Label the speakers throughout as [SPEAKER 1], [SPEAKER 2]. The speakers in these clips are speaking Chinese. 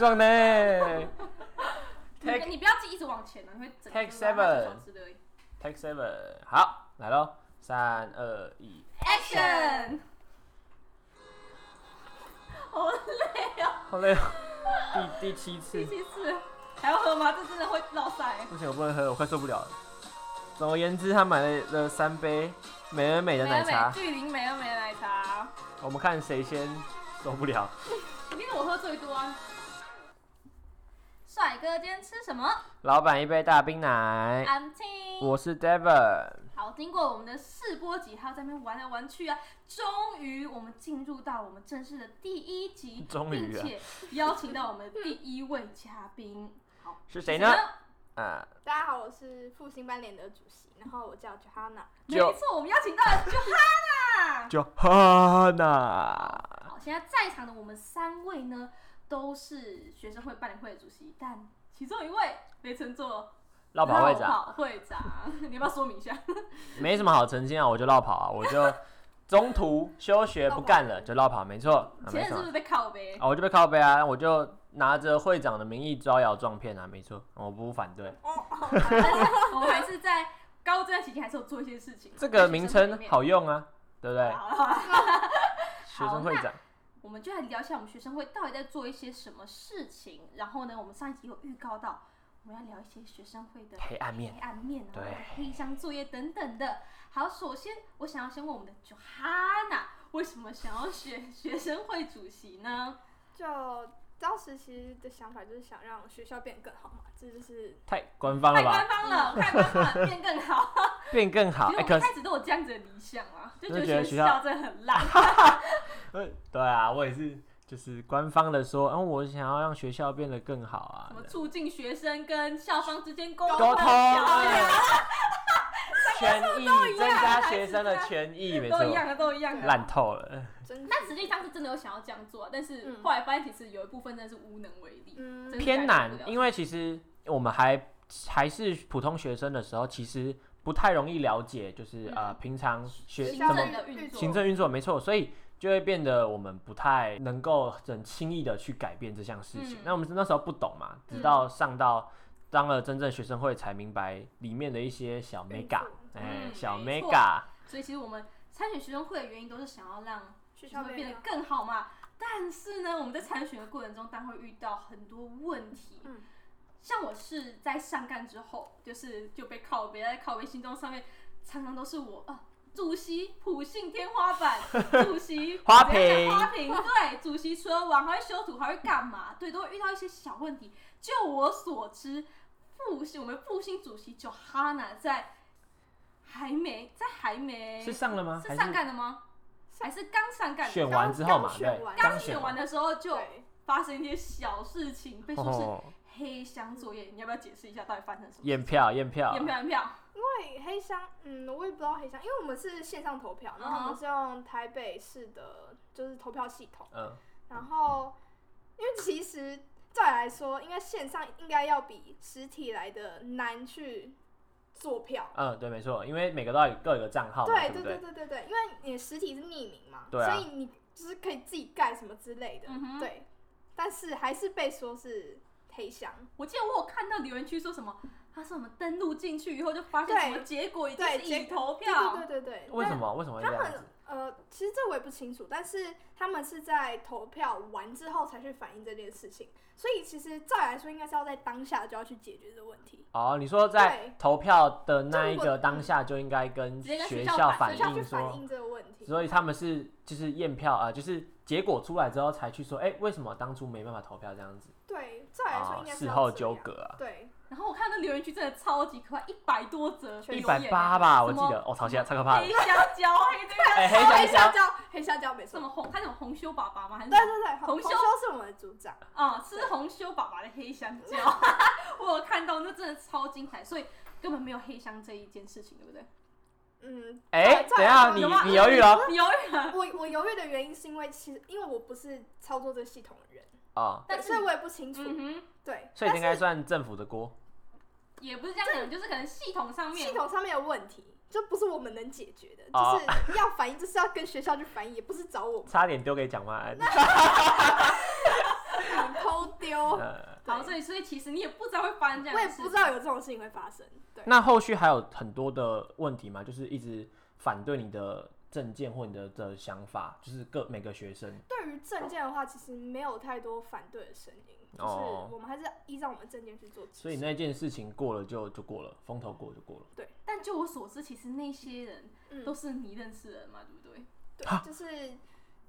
[SPEAKER 1] 爽呢！
[SPEAKER 2] 你
[SPEAKER 1] Take-
[SPEAKER 2] 你不要自己一直往前了，啊你会整
[SPEAKER 1] Take
[SPEAKER 2] 整个人想吃的而已
[SPEAKER 1] Take seven，好，来喽，三二一，
[SPEAKER 2] Action！好累哦，
[SPEAKER 1] 好累哦，第第七次
[SPEAKER 2] 第，七次还要喝吗？这真的会落腮。
[SPEAKER 1] 不行，我不能喝，我快受不了了。总而言之，他买了了三杯美而美的奶茶，
[SPEAKER 2] 巨灵美而美的奶茶，
[SPEAKER 1] 我们看谁先受不了。
[SPEAKER 2] 因为我喝最多啊。帅哥今天吃什么？
[SPEAKER 1] 老板一杯大冰奶，
[SPEAKER 2] 安静。
[SPEAKER 1] 哎我是 Devon，
[SPEAKER 2] 好，经过我们的试播集，还有在那边玩来玩去啊，终于我们进入到我们正式的第一集，
[SPEAKER 1] 终于啊
[SPEAKER 2] 并且邀请到我们的第一位嘉宾，好，
[SPEAKER 1] 是谁呢？啊，
[SPEAKER 3] 大家好，我是复兴班联的主席，然后我叫 Johanna。
[SPEAKER 2] 没
[SPEAKER 1] 就啊
[SPEAKER 2] 错，我们邀请到了 Johanna。
[SPEAKER 1] 就哈娜。
[SPEAKER 2] 好，现在在场的我们三位呢，都是学生会办理会的主席，但其中一位没乘坐
[SPEAKER 1] 绕跑会长，
[SPEAKER 2] 跑会长，你要不要说明一下？
[SPEAKER 1] 没什么好澄清啊，我就绕跑啊，我就中途休学不干了，就绕跑，没错，啊、
[SPEAKER 2] 前
[SPEAKER 1] 没
[SPEAKER 2] 任是
[SPEAKER 1] 错
[SPEAKER 2] 不是被靠背？
[SPEAKER 1] 啊，我就被靠背啊，我就拿着会长的名义招摇撞骗啊，没错，我不反对。哦
[SPEAKER 2] 但是我们还是在高中期间还是有做一些事情。
[SPEAKER 1] 这个名称好用啊，对不对？
[SPEAKER 2] 好了好了，
[SPEAKER 1] 学生会长，
[SPEAKER 2] 我们就来聊一下我们学生会到底在做一些什么事情。然后呢，我们上一集有预告到，我们要聊一些学生会的
[SPEAKER 1] 黑暗面
[SPEAKER 2] 黑暗面啊，
[SPEAKER 1] 对
[SPEAKER 2] 黑箱作业等等的。好，首先我想要先问我们的 Johanna，为什么想要选学生会主席呢？
[SPEAKER 3] 就当时其实的想法就是想让学校变得更好嘛，这就是
[SPEAKER 1] 太官方了
[SPEAKER 2] 太
[SPEAKER 1] 吧
[SPEAKER 2] 官？方了，太官方了，变更好。
[SPEAKER 1] 变更好，
[SPEAKER 2] 其
[SPEAKER 1] 哎、
[SPEAKER 2] 实我
[SPEAKER 1] 可
[SPEAKER 2] 们
[SPEAKER 1] 是
[SPEAKER 2] 开始都有这样子的理想啊，就
[SPEAKER 1] 就
[SPEAKER 2] 觉
[SPEAKER 1] 觉得
[SPEAKER 2] 得
[SPEAKER 1] 学
[SPEAKER 2] 学
[SPEAKER 1] 校
[SPEAKER 2] 校真的很烂。
[SPEAKER 1] 呃对啊，我也是，就是官方的说，嗯，我想要让学校变得更好啊
[SPEAKER 2] 什，么促进学生跟校方之间沟通
[SPEAKER 1] 沟通，
[SPEAKER 2] 交流
[SPEAKER 1] 哎权 益增加学生的权益，没错
[SPEAKER 2] 都，一样的，都一样的。
[SPEAKER 1] 烂透了。
[SPEAKER 3] 真
[SPEAKER 2] 但实际上是真的有想要这样做，但是
[SPEAKER 3] 嗯
[SPEAKER 2] 后来发现其实有一部分真的是无能为力，
[SPEAKER 3] 嗯
[SPEAKER 2] 真的
[SPEAKER 1] 偏难
[SPEAKER 2] 改变，不了
[SPEAKER 1] 因为其实我们还还是普通学生的时候，其实不太容易了解，就是、
[SPEAKER 2] 嗯
[SPEAKER 1] 呃平常学
[SPEAKER 3] 学
[SPEAKER 1] 怎
[SPEAKER 3] 校
[SPEAKER 1] 么
[SPEAKER 2] 政的运作
[SPEAKER 1] 行政运作，没错，所以就会变得我们不太能够很轻易的去改变这项事情。
[SPEAKER 2] 嗯
[SPEAKER 1] 那我们那时候不懂嘛，
[SPEAKER 2] 嗯
[SPEAKER 1] 直到上到当了真正学生会，才明白里面的一些小
[SPEAKER 3] 运
[SPEAKER 1] mega，
[SPEAKER 3] 作
[SPEAKER 1] 哎、
[SPEAKER 2] 嗯
[SPEAKER 1] 小
[SPEAKER 2] 没错
[SPEAKER 1] mega，
[SPEAKER 2] 所以其实我们参选学生会的原因都是想要让
[SPEAKER 3] 学
[SPEAKER 2] 学生
[SPEAKER 3] 校
[SPEAKER 2] 会变
[SPEAKER 3] 变
[SPEAKER 2] 得
[SPEAKER 3] 得
[SPEAKER 2] 更好嘛。但是呢，我们在参选的过程中，当然会遇到很多问题。
[SPEAKER 3] 嗯
[SPEAKER 2] 像我是在上干之后，就是就被靠别在靠别行动上面，常常都是我啊，主席普信天 花板，主席
[SPEAKER 1] 花
[SPEAKER 2] 怎样
[SPEAKER 1] 瓶
[SPEAKER 2] 讲花瓶对，主席除了玩还会修图，还会干嘛？对，都会遇到一些小问题。就我所知，复兴我们复兴主席就哈娜在还没在还没
[SPEAKER 1] 是上了吗？
[SPEAKER 2] 是
[SPEAKER 1] 还
[SPEAKER 2] 上
[SPEAKER 1] 是
[SPEAKER 2] 干的吗？还是刚上干的？
[SPEAKER 1] 选完之后嘛，
[SPEAKER 3] 刚选
[SPEAKER 1] 对
[SPEAKER 3] 完，
[SPEAKER 2] 刚选完
[SPEAKER 1] 的
[SPEAKER 2] 的时候就
[SPEAKER 3] 对，
[SPEAKER 2] 发生一些小事情，被说是
[SPEAKER 1] 哦，
[SPEAKER 2] 黑箱作业。你要不要解释一下到底发生什么？
[SPEAKER 1] 验票验票，
[SPEAKER 2] 验票验票，
[SPEAKER 3] 因为黑箱，嗯，我也不知道黑箱，因为我们是线上投票，然后我
[SPEAKER 2] 嗯
[SPEAKER 3] 们是用台北市的，就是投票系统，
[SPEAKER 1] 嗯，
[SPEAKER 3] 然后因为其实照理来说，应该线上应该要比实体来的难去做票，
[SPEAKER 1] 嗯，对，没错，因为每个都要有各有个账号嘛，
[SPEAKER 3] 对
[SPEAKER 1] 不
[SPEAKER 3] 对对对对对，因为你的实体是匿名嘛，
[SPEAKER 1] 对啊
[SPEAKER 3] 所以你就是可以自己盖什么之类的，
[SPEAKER 2] 嗯哼
[SPEAKER 3] 对。但是还是被说是黑箱，
[SPEAKER 2] 我记得我有看到留言区说什么，他说我们登录进去以后就发现什么
[SPEAKER 3] 对
[SPEAKER 2] 结果已经
[SPEAKER 3] 对
[SPEAKER 2] 是
[SPEAKER 3] 结
[SPEAKER 2] 已投
[SPEAKER 3] 对
[SPEAKER 2] 票，
[SPEAKER 3] 对对对对。
[SPEAKER 1] 为什么为什么会
[SPEAKER 3] 但？
[SPEAKER 1] 这
[SPEAKER 3] 他
[SPEAKER 1] 样子
[SPEAKER 3] 们？呃，其实这我也不清楚，但是他们是在投票完之后才去反映这件事情，所以其实照理来说应该是要在当下就要去解决这个问题。
[SPEAKER 1] 哦，你说在
[SPEAKER 3] 对
[SPEAKER 1] 投票的那一
[SPEAKER 3] 就如
[SPEAKER 1] 个
[SPEAKER 3] 果
[SPEAKER 1] 当下就应该跟
[SPEAKER 2] 直接跟
[SPEAKER 1] 学
[SPEAKER 2] 学
[SPEAKER 1] 校
[SPEAKER 2] 校
[SPEAKER 1] 反
[SPEAKER 2] 反
[SPEAKER 3] 学校去
[SPEAKER 1] 映
[SPEAKER 3] 反
[SPEAKER 1] 说，
[SPEAKER 3] 映这个问题，
[SPEAKER 1] 所以他们是就是验票啊、呃就是结果出来之后才去说，哎、为什么当初没办法投票这样子？哦
[SPEAKER 3] 对，照理来说应该是
[SPEAKER 1] 事
[SPEAKER 3] 要
[SPEAKER 1] 后
[SPEAKER 3] 这
[SPEAKER 1] 纠
[SPEAKER 3] 样，
[SPEAKER 1] 葛啊，
[SPEAKER 3] 对，
[SPEAKER 2] 然后我看到留言区真的超级可怕，一百多则留
[SPEAKER 1] 一
[SPEAKER 2] 言，
[SPEAKER 1] 百
[SPEAKER 3] 啊
[SPEAKER 1] 八吧，我记
[SPEAKER 2] 什
[SPEAKER 1] 得，
[SPEAKER 2] 么
[SPEAKER 1] 哦，超吓，超可怕的
[SPEAKER 2] 黑，香蕉，黑这个
[SPEAKER 1] 哎、
[SPEAKER 3] 哦黑
[SPEAKER 1] 黑香
[SPEAKER 3] 香
[SPEAKER 1] 蕉，
[SPEAKER 3] 蕉，黑香蕉没
[SPEAKER 2] 什，
[SPEAKER 3] 错
[SPEAKER 2] 么红，他什么红修爸爸吗？还是
[SPEAKER 3] 对对对，
[SPEAKER 2] 红
[SPEAKER 3] 红
[SPEAKER 2] 修
[SPEAKER 3] 修是我们的组长。
[SPEAKER 2] 啊、吃红修爸爸的黑香 蕉，我有看到，那真的超精彩，所以根本没有黑香这一件事情，对不对？
[SPEAKER 3] 啊嗯，
[SPEAKER 1] 哎、等
[SPEAKER 3] 对啊
[SPEAKER 1] 一下
[SPEAKER 3] 照
[SPEAKER 1] 你
[SPEAKER 3] 理来说
[SPEAKER 1] 你犹豫哦 了
[SPEAKER 2] 你犹 豫了，
[SPEAKER 3] 我我犹豫的原因是因为其实因为我不是操作这个系统的人，
[SPEAKER 1] 哦，
[SPEAKER 2] 但
[SPEAKER 3] 对
[SPEAKER 2] 是
[SPEAKER 3] 所以我也不清楚。
[SPEAKER 2] 嗯
[SPEAKER 3] 对，
[SPEAKER 1] 所以
[SPEAKER 3] 但
[SPEAKER 1] 这应该
[SPEAKER 3] 是
[SPEAKER 1] 算政府的锅，
[SPEAKER 2] 哼，也不是这样讲，就是可能系统上面
[SPEAKER 3] 系统上面有问题，这不是我们能解决的，
[SPEAKER 1] 哦
[SPEAKER 3] 就是要反映， 就是要跟学校去反映，也不是找我们。
[SPEAKER 1] 差点丢给蒋万安，
[SPEAKER 3] 你偷 丢，
[SPEAKER 1] 呃，
[SPEAKER 3] 对
[SPEAKER 2] 好，所以所以其实你也不知道会发生这样
[SPEAKER 3] 我
[SPEAKER 2] 的
[SPEAKER 3] 也
[SPEAKER 2] 事情，
[SPEAKER 3] 不知道有这种事情会发生。对，
[SPEAKER 1] 那后续还有很多的问题嘛，就是一直反对你的证件或你的的想法，就是各每个学生。
[SPEAKER 3] 对于证件的话，其实没有太多反对的声音，就是
[SPEAKER 1] 哦
[SPEAKER 3] 我们还是依照我们证件去做执行。
[SPEAKER 1] 所以那件事情过了就就过了，风头过就过了。
[SPEAKER 2] 但就我所知，其实那些人
[SPEAKER 3] 嗯
[SPEAKER 2] 都是你认识的人嘛，对不对？
[SPEAKER 3] 对，就是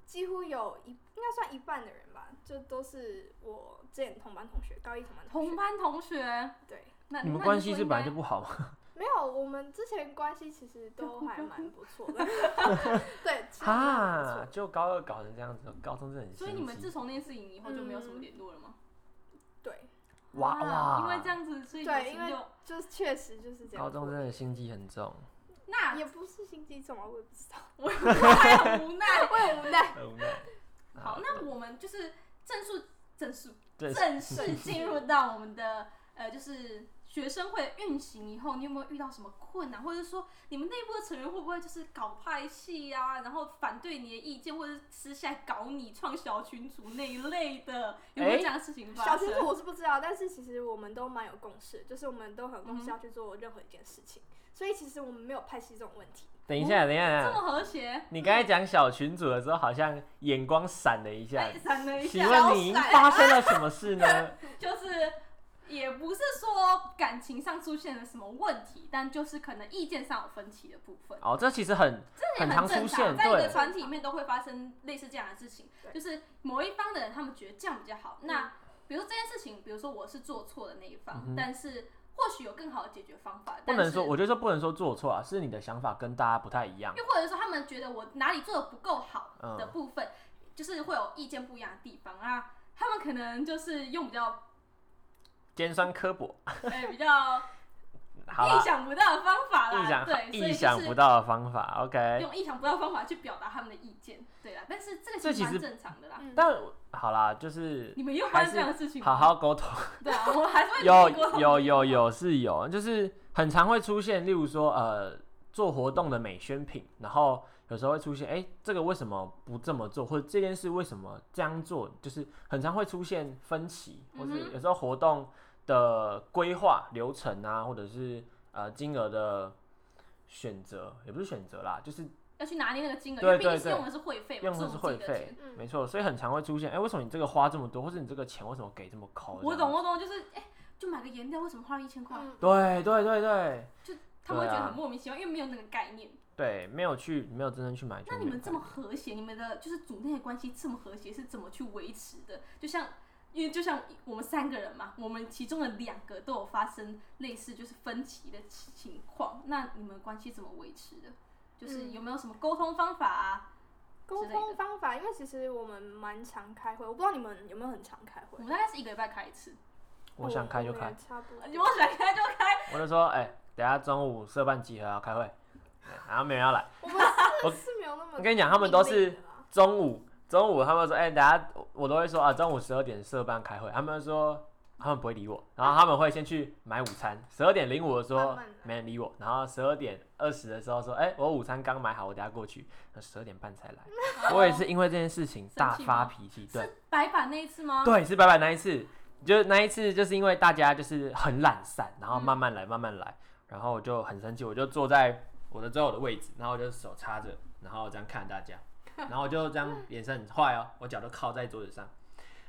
[SPEAKER 3] 几乎有一应该算一半的人吧，就都是我之前同班同学，高一同班同学。
[SPEAKER 2] 同班同学，
[SPEAKER 3] 对，
[SPEAKER 2] 那
[SPEAKER 1] 你们
[SPEAKER 2] 那
[SPEAKER 1] 关系
[SPEAKER 2] 说
[SPEAKER 1] 是
[SPEAKER 2] 应
[SPEAKER 1] 本来
[SPEAKER 2] 该
[SPEAKER 1] 就不好吗？
[SPEAKER 3] 没有，我们之前关系其实都还蛮不错 的。对，其实都还不
[SPEAKER 1] 哈，
[SPEAKER 3] 错。
[SPEAKER 1] 就高二搞成这样子，高中真的很
[SPEAKER 2] 所以你们
[SPEAKER 1] 心
[SPEAKER 2] 自
[SPEAKER 1] 机
[SPEAKER 2] 从那件事情以后就没有什么
[SPEAKER 3] 嗯
[SPEAKER 2] 联络了吗？
[SPEAKER 3] 对，
[SPEAKER 1] 哇哇，
[SPEAKER 2] 啊因为这样子，所以
[SPEAKER 3] 对
[SPEAKER 2] 友情
[SPEAKER 3] 因为
[SPEAKER 2] 就
[SPEAKER 3] 就是确实就是这样。啊
[SPEAKER 1] 高中真的心机很重，
[SPEAKER 2] 那
[SPEAKER 3] 也不是心机重啊，我也不知道，
[SPEAKER 2] 我还很无奈。
[SPEAKER 3] 我也无奈。
[SPEAKER 1] 很无奈。
[SPEAKER 2] Oh, 好，那我们就是正数正数
[SPEAKER 1] 这
[SPEAKER 2] 正式进入到我们的 呃，就是学生会运行以后，你有没有遇到什么困难，或者说你们内部的成员会不会就是搞派系啊，然后反对你的意见，或者是私下搞你创小群组那一类的，有没有
[SPEAKER 1] 哎
[SPEAKER 2] 这样的事情发
[SPEAKER 3] 小
[SPEAKER 2] 生？
[SPEAKER 3] 群组我是不知道，但是其实我们都蛮有共识，就是我们都很有共
[SPEAKER 2] 嗯
[SPEAKER 3] 识要去做任何一件事情，所以其实我们没有派系这种问题。
[SPEAKER 1] 等一下，等一下，
[SPEAKER 2] 这
[SPEAKER 1] 等一下
[SPEAKER 2] 么和谐，
[SPEAKER 1] 你刚才讲小群组的时候，好像眼光闪了一下
[SPEAKER 2] 哎，。闪了一
[SPEAKER 1] 请
[SPEAKER 2] 下，
[SPEAKER 1] 问您发生了什么事 呢？
[SPEAKER 2] 就是也不是说感情上出现了什么问题，但就是可能意见上有分歧的部分。
[SPEAKER 1] 哦，这其实很
[SPEAKER 2] 这也很
[SPEAKER 1] 常
[SPEAKER 2] 正
[SPEAKER 1] 出
[SPEAKER 2] 常，
[SPEAKER 1] 现，
[SPEAKER 2] 在一个
[SPEAKER 1] 对，
[SPEAKER 2] 团体里面都会发生类似这样的事情，
[SPEAKER 3] 对
[SPEAKER 2] 就是某一方的人他们觉得这样比较好。那比如说这件事情，比如说我是做错的那一方，
[SPEAKER 1] 嗯哼
[SPEAKER 2] 但是或许有更好的解决方法，
[SPEAKER 1] 不
[SPEAKER 2] 但
[SPEAKER 1] 能
[SPEAKER 2] 是
[SPEAKER 1] 说，我觉得这不能说做错啊，是你的想法跟大家不太一样。
[SPEAKER 2] 又或者说他们觉得我哪里做的不够好
[SPEAKER 1] 嗯
[SPEAKER 2] 的部分，就是会有意见不一样的地方啊。他们可能就是用比较，
[SPEAKER 1] 尖酸刻薄，
[SPEAKER 2] 哎、比较
[SPEAKER 1] 好
[SPEAKER 2] 意
[SPEAKER 1] 啦，
[SPEAKER 2] 想不到的方法
[SPEAKER 1] 意
[SPEAKER 2] 啦，
[SPEAKER 1] 想
[SPEAKER 2] 对，所以
[SPEAKER 1] 意
[SPEAKER 2] 就
[SPEAKER 1] 想
[SPEAKER 2] 是
[SPEAKER 1] 不到的方法，OK。
[SPEAKER 2] 用意想不到的方法去表达他们的意见，对啦。但是这个
[SPEAKER 1] 这其
[SPEAKER 2] 其实蛮
[SPEAKER 1] 实
[SPEAKER 2] 正常的啦。
[SPEAKER 3] 嗯，
[SPEAKER 1] 但好啦，就是
[SPEAKER 2] 你们又发生这样的事情吗，
[SPEAKER 1] 好好沟通。
[SPEAKER 2] 对啊，我还是 会
[SPEAKER 1] 有
[SPEAKER 2] 经历过
[SPEAKER 1] 有有有是有，就是很常会出现，例如说呃做活动的美宣品，然后有时候会出现，哎、这个为什么不这么做，或者这件事为什么这样做，就是很常会出现分歧，或
[SPEAKER 2] 嗯
[SPEAKER 1] 是
[SPEAKER 2] 哼
[SPEAKER 1] 有时候活动的规划流程啊，或者是呃金额的选择，也不是选择啦，就是
[SPEAKER 2] 要去拿捏那个金额，因
[SPEAKER 1] 对
[SPEAKER 2] 为毕竟
[SPEAKER 1] 对
[SPEAKER 2] 是用的是会费嘛，
[SPEAKER 1] 用
[SPEAKER 2] 是
[SPEAKER 1] 的是
[SPEAKER 2] 我们
[SPEAKER 1] 会
[SPEAKER 2] 自己的
[SPEAKER 1] 费
[SPEAKER 2] 钱。，
[SPEAKER 3] 嗯
[SPEAKER 1] 没错，所以很常会出现，哎、为什么你这个花这么多，或者你这个钱为什么给这么抠？
[SPEAKER 2] 我懂，我懂，就是哎，就买个颜料，为什么花了一千块？
[SPEAKER 3] 嗯，
[SPEAKER 1] 对啊对对对
[SPEAKER 2] 他们会觉
[SPEAKER 1] 对
[SPEAKER 2] 得
[SPEAKER 1] 啊
[SPEAKER 2] 很莫名其妙，因为没有那个概念。
[SPEAKER 1] 对，没有去，没有真正去买。
[SPEAKER 2] 那你们这么和谐，你们的就是组内的关系这么和谐，是怎么去维持的？就像。因为就像我们三个人嘛，我们其中的两个都有发生类似就是分歧的情况，那你们关系怎么维持的？就是
[SPEAKER 3] 嗯
[SPEAKER 2] 有没有什么沟通方法啊？
[SPEAKER 3] 沟
[SPEAKER 2] 之类的
[SPEAKER 3] 通方法，因为其实我们蛮常开会，我不知道你们有没有很常开会
[SPEAKER 2] 我。们大概是一个礼拜开一次，
[SPEAKER 1] 我想开就
[SPEAKER 3] 我们
[SPEAKER 1] 开
[SPEAKER 3] 也，差不
[SPEAKER 2] 我
[SPEAKER 3] 多。
[SPEAKER 2] 想开就开，
[SPEAKER 1] 我就说，哎、等下中午社办集合要开会，哎然后没人要来。
[SPEAKER 3] 我们是
[SPEAKER 1] 我
[SPEAKER 3] 是没有那么。
[SPEAKER 1] 我跟你讲他们都是
[SPEAKER 3] 命令的啦
[SPEAKER 1] 中午，中午他们说，哎、等下我我都会说啊，中午十二点社办开会。他们就说他们不会理我，然后他们会先去买午餐。十二点零五的时候
[SPEAKER 3] 慢慢来
[SPEAKER 1] 没人理我，然后十二点二十的时候说，哎、我午餐刚买好，我等下过去。那十二点半才来，我也是因为这件事情大
[SPEAKER 2] 气
[SPEAKER 1] 发
[SPEAKER 2] 吗
[SPEAKER 1] 脾气。对
[SPEAKER 2] 是白板那一次吗？
[SPEAKER 1] 对，是拜拜那一次，就是那一次，就是因为大家就是很懒散，然后
[SPEAKER 2] 嗯
[SPEAKER 1] 慢慢来，慢慢来，然后我就很生气，我就坐在我的最后的位置，然后我就手插着，然后这样看 大家，然后我就这样眼神很坏哦，我脚都靠在桌子上，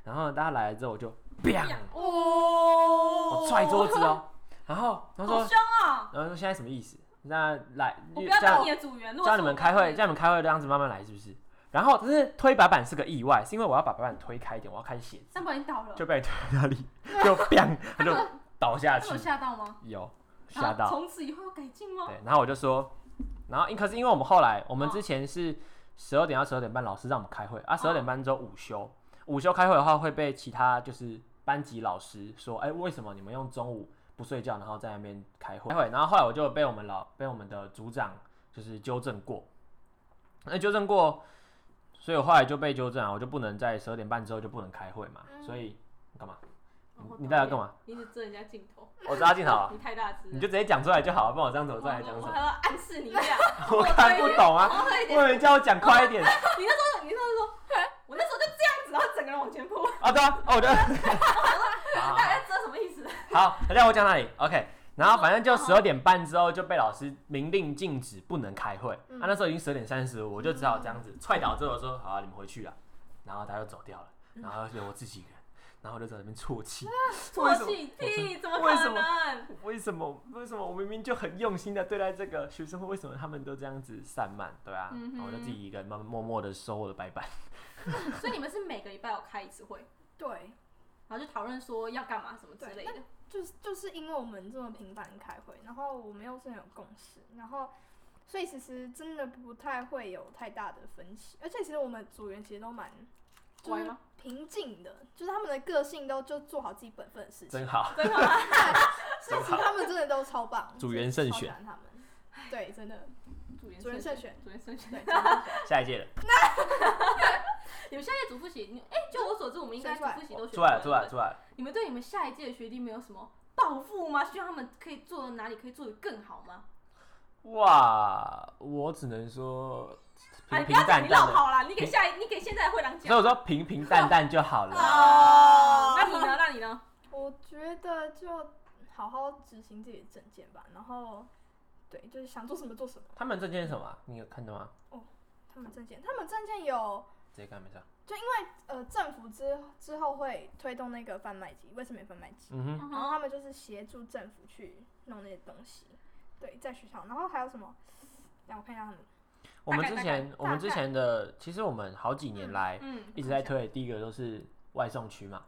[SPEAKER 1] 然后大家来了之后，我就砰，
[SPEAKER 2] 哦
[SPEAKER 1] 我踹桌子 哦，然后他
[SPEAKER 2] 好
[SPEAKER 1] 说，
[SPEAKER 2] 凶啊！
[SPEAKER 1] 然后说现在什么意思？那来，
[SPEAKER 2] 我不要
[SPEAKER 1] 这
[SPEAKER 2] 当
[SPEAKER 1] 样
[SPEAKER 2] 你的组员，如果
[SPEAKER 1] 叫你
[SPEAKER 2] 是我
[SPEAKER 1] 们开会，，叫你们开会这样子慢慢来，是不是？然后，只是推白板是个意外，是因为我要把白板推开一点，我要开始写字。
[SPEAKER 2] 三宝已经 倒了，
[SPEAKER 1] 就被推到那里， 就砰，他就倒下
[SPEAKER 2] 他
[SPEAKER 1] 去
[SPEAKER 2] 有，吓到吗？
[SPEAKER 1] 有
[SPEAKER 2] 然后
[SPEAKER 1] 吓到。
[SPEAKER 2] 从此以后要改进吗？
[SPEAKER 1] 对，然后我就说，然后因可是因为我们后来，我们
[SPEAKER 2] 哦
[SPEAKER 1] 之前是十二点到十二点半，老师让我们开会啊，十二点半之后午休，午休开会的话会被其他就是班级老师说，哎，为什么你们用中午不睡觉，然后在那边开会？开会，然后后来我就被我们老被我们的组长就是纠正过，那纠正过，所以我后来就被纠正啊，我就不能在十二点半之后就不能开会嘛，
[SPEAKER 2] 嗯
[SPEAKER 1] 所以你干嘛？
[SPEAKER 2] 然后
[SPEAKER 1] 你大家干嘛？
[SPEAKER 2] 一直遮人家镜头，
[SPEAKER 1] 我知道镜头啊，
[SPEAKER 2] 你太大只了，
[SPEAKER 1] 你就直接讲出来就好了，不然我这样子我
[SPEAKER 2] 我
[SPEAKER 1] 再来讲
[SPEAKER 2] 我
[SPEAKER 1] 什
[SPEAKER 2] 我
[SPEAKER 1] 么
[SPEAKER 2] 还？要暗示你一 下，
[SPEAKER 1] 我看不懂
[SPEAKER 2] 我
[SPEAKER 1] 啊，
[SPEAKER 2] 喝一
[SPEAKER 1] 我
[SPEAKER 2] 点，
[SPEAKER 1] 以为叫我讲快一点，
[SPEAKER 2] 你那时候你那时候说，我那时候就这样思，然后整个人往前扑，
[SPEAKER 1] 啊，对啊，哦，我觉得，好好
[SPEAKER 2] 大家知道什么意 思？
[SPEAKER 1] 好，等一下我讲哪里？OK，然后反正就
[SPEAKER 2] 好
[SPEAKER 1] 十二点半之后就被老师明令禁止不能开会。
[SPEAKER 3] 嗯
[SPEAKER 1] 啊，那时候已经十二点三十五，我就只好这样子踹倒之后说：“好、啊，你们回去啊。”然后他就走掉了，然后留我自己一个人，然后我就在那边啜泣。
[SPEAKER 2] 唾弃屁，怎么可
[SPEAKER 1] 为什
[SPEAKER 2] 能？
[SPEAKER 1] 为什么？为什么我明明就很用心的对待这个学生会，为什么他们都这样子散漫？对啊，
[SPEAKER 2] 嗯哼
[SPEAKER 1] 然后我就自己一个人慢慢默默的收我的白板。
[SPEAKER 2] 所以你们是每个礼拜有开一次会，
[SPEAKER 3] 对，
[SPEAKER 2] 然后就讨论说要干嘛什么之类的
[SPEAKER 3] 对。就是就是因为我们这么频繁开会，然后我们又是很有共识，然后所以其实真的不太会有太大的分歧，而且其实我们组员其实都蛮就
[SPEAKER 2] 乖
[SPEAKER 3] 是
[SPEAKER 2] 吗
[SPEAKER 3] 平静的，就是他们的个性都就做好自己本分的事情，
[SPEAKER 1] 真好，
[SPEAKER 2] 真的吗？
[SPEAKER 3] 所以其实他们真的都超棒，
[SPEAKER 1] 组员慎选
[SPEAKER 3] 超喜欢他们，对，真的，
[SPEAKER 2] 主人
[SPEAKER 3] 主人
[SPEAKER 2] 慎
[SPEAKER 3] 慎选，
[SPEAKER 2] 主人慎选
[SPEAKER 3] 对。，真的
[SPEAKER 1] 下一届了，
[SPEAKER 2] 你们下一届主复习，你哎，就我所知，我们应该
[SPEAKER 3] 谁
[SPEAKER 2] 主
[SPEAKER 3] 出来
[SPEAKER 2] 复习都学
[SPEAKER 1] 出来了，
[SPEAKER 2] 对
[SPEAKER 1] 出
[SPEAKER 2] 不
[SPEAKER 1] 来了，
[SPEAKER 2] 对
[SPEAKER 1] 出来了。
[SPEAKER 2] 你们对你们下一届的学弟没有什么抱负吗？希望他们可以做到哪里，可以做得更好吗？
[SPEAKER 1] 哇，我只能说平
[SPEAKER 2] 啊，你不
[SPEAKER 1] 平
[SPEAKER 2] 要讲，
[SPEAKER 1] 淡
[SPEAKER 2] 你绕
[SPEAKER 1] 淡的。
[SPEAKER 2] 跑啦，你给下一，你给现在的会长
[SPEAKER 1] 所以
[SPEAKER 2] 讲。
[SPEAKER 1] 我说平平淡淡就好了。
[SPEAKER 3] 哦
[SPEAKER 2] 那你呢？那你呢？
[SPEAKER 3] 我觉得就好好执行自己的证件吧，然后对，就是想做什么做什么。
[SPEAKER 1] 他们这件是什么啊？你有看到吗？
[SPEAKER 3] 他们证件，他们证件有
[SPEAKER 1] 直接看没事啊。
[SPEAKER 3] 呃，政府之之后会推动那个贩卖机，卫生棉贩卖机，
[SPEAKER 1] 嗯哼，
[SPEAKER 2] 嗯
[SPEAKER 3] 然
[SPEAKER 2] 哼
[SPEAKER 3] 后他们就是协助政府去弄那些东西，对，在学校，然后还有什么？让我看一下他们，
[SPEAKER 1] 我们之
[SPEAKER 2] 大
[SPEAKER 1] 前我们之前的，其实我们好几年来
[SPEAKER 2] 嗯，
[SPEAKER 1] 哎一直在推的第一个都是外送区嘛，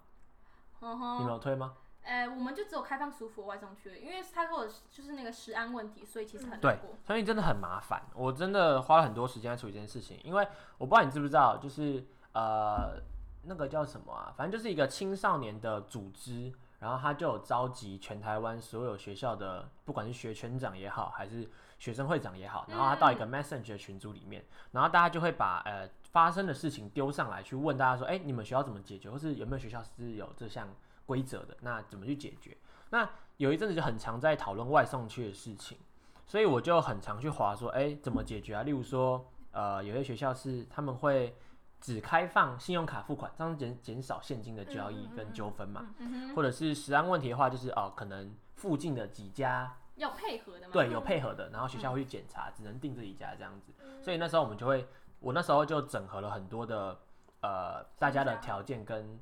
[SPEAKER 2] 嗯
[SPEAKER 1] 你们
[SPEAKER 2] 哼，
[SPEAKER 1] 有推吗？
[SPEAKER 2] 呃，我们就只有开放舒服外送区而已，因为他说我就是那个食安问题，所以其实很难
[SPEAKER 1] 对
[SPEAKER 2] 过。，
[SPEAKER 1] 所以真的很麻烦。我真的花了很多时间在处理这件事情，因为我不知道你知不知道，就是呃，那个叫什么啊？反正就是一个青少年的组织，然后他就有召集全台湾所有学校的，不管是学圈长也好，还是学生会长也好，然后他到一个 message 的群组里面，然后大家就会把呃发生的事情丢上来，去问大家说，哎、你们学校怎么解决，或是有没有学校是有这项规则的？那怎么去解决？那有一阵子就很常在讨论外送区的事情。所以我就很常去划说，哎、怎么解决啊？例如说，呃，有些学校是他们会只开放信用卡付款，这样减减少现金的交易
[SPEAKER 3] 嗯嗯嗯
[SPEAKER 1] 跟
[SPEAKER 3] 嗯
[SPEAKER 1] 纠纷嘛。
[SPEAKER 2] 嗯哼，
[SPEAKER 1] 或者是食安问题的话，就是哦、可能附近的几家
[SPEAKER 2] 要配合的嘛。嗯
[SPEAKER 1] 对有配合的，然后学校会去检查，只能定这一家这样子。
[SPEAKER 3] 嗯
[SPEAKER 1] 所以那时候我们就会，我那时候就整合了很多的呃大家的
[SPEAKER 3] 商家
[SPEAKER 1] 条件跟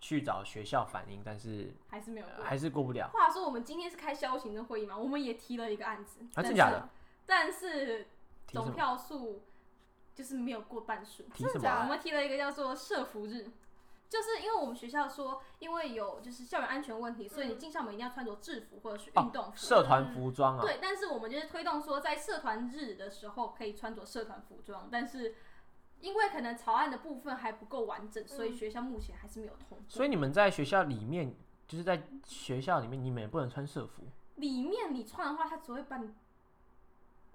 [SPEAKER 1] 去找学校反映，但是、
[SPEAKER 2] 还是没有
[SPEAKER 1] 呃
[SPEAKER 2] 过。
[SPEAKER 1] 还是过不了。
[SPEAKER 2] 话说我们今天是开消行的会议嘛，我们也提了一个案子，
[SPEAKER 1] 啊，
[SPEAKER 2] 但
[SPEAKER 1] 真
[SPEAKER 2] 是
[SPEAKER 1] 假的？
[SPEAKER 2] 但是
[SPEAKER 1] 提什
[SPEAKER 2] 总
[SPEAKER 1] 么？
[SPEAKER 2] 票数就是没有过半数。
[SPEAKER 1] 提什么
[SPEAKER 3] 真的
[SPEAKER 1] 啊？
[SPEAKER 2] 我们提了一个叫做社服日，就是因为我们学校说，因为有就是校园安全问题，所以你进校门一定要穿着制服或者是运动服。
[SPEAKER 1] 嗯哦社团服装啊？
[SPEAKER 2] 对，但是我们就是推动说，在社团日的时候可以穿着社团服装，但是因为可能草案的部分还不够完整，所以学校目前还是没有通过。
[SPEAKER 1] 嗯所以你们在学校里面，就是在学校里面，你们也不能穿社服。
[SPEAKER 2] 里面你穿的话，他只会把你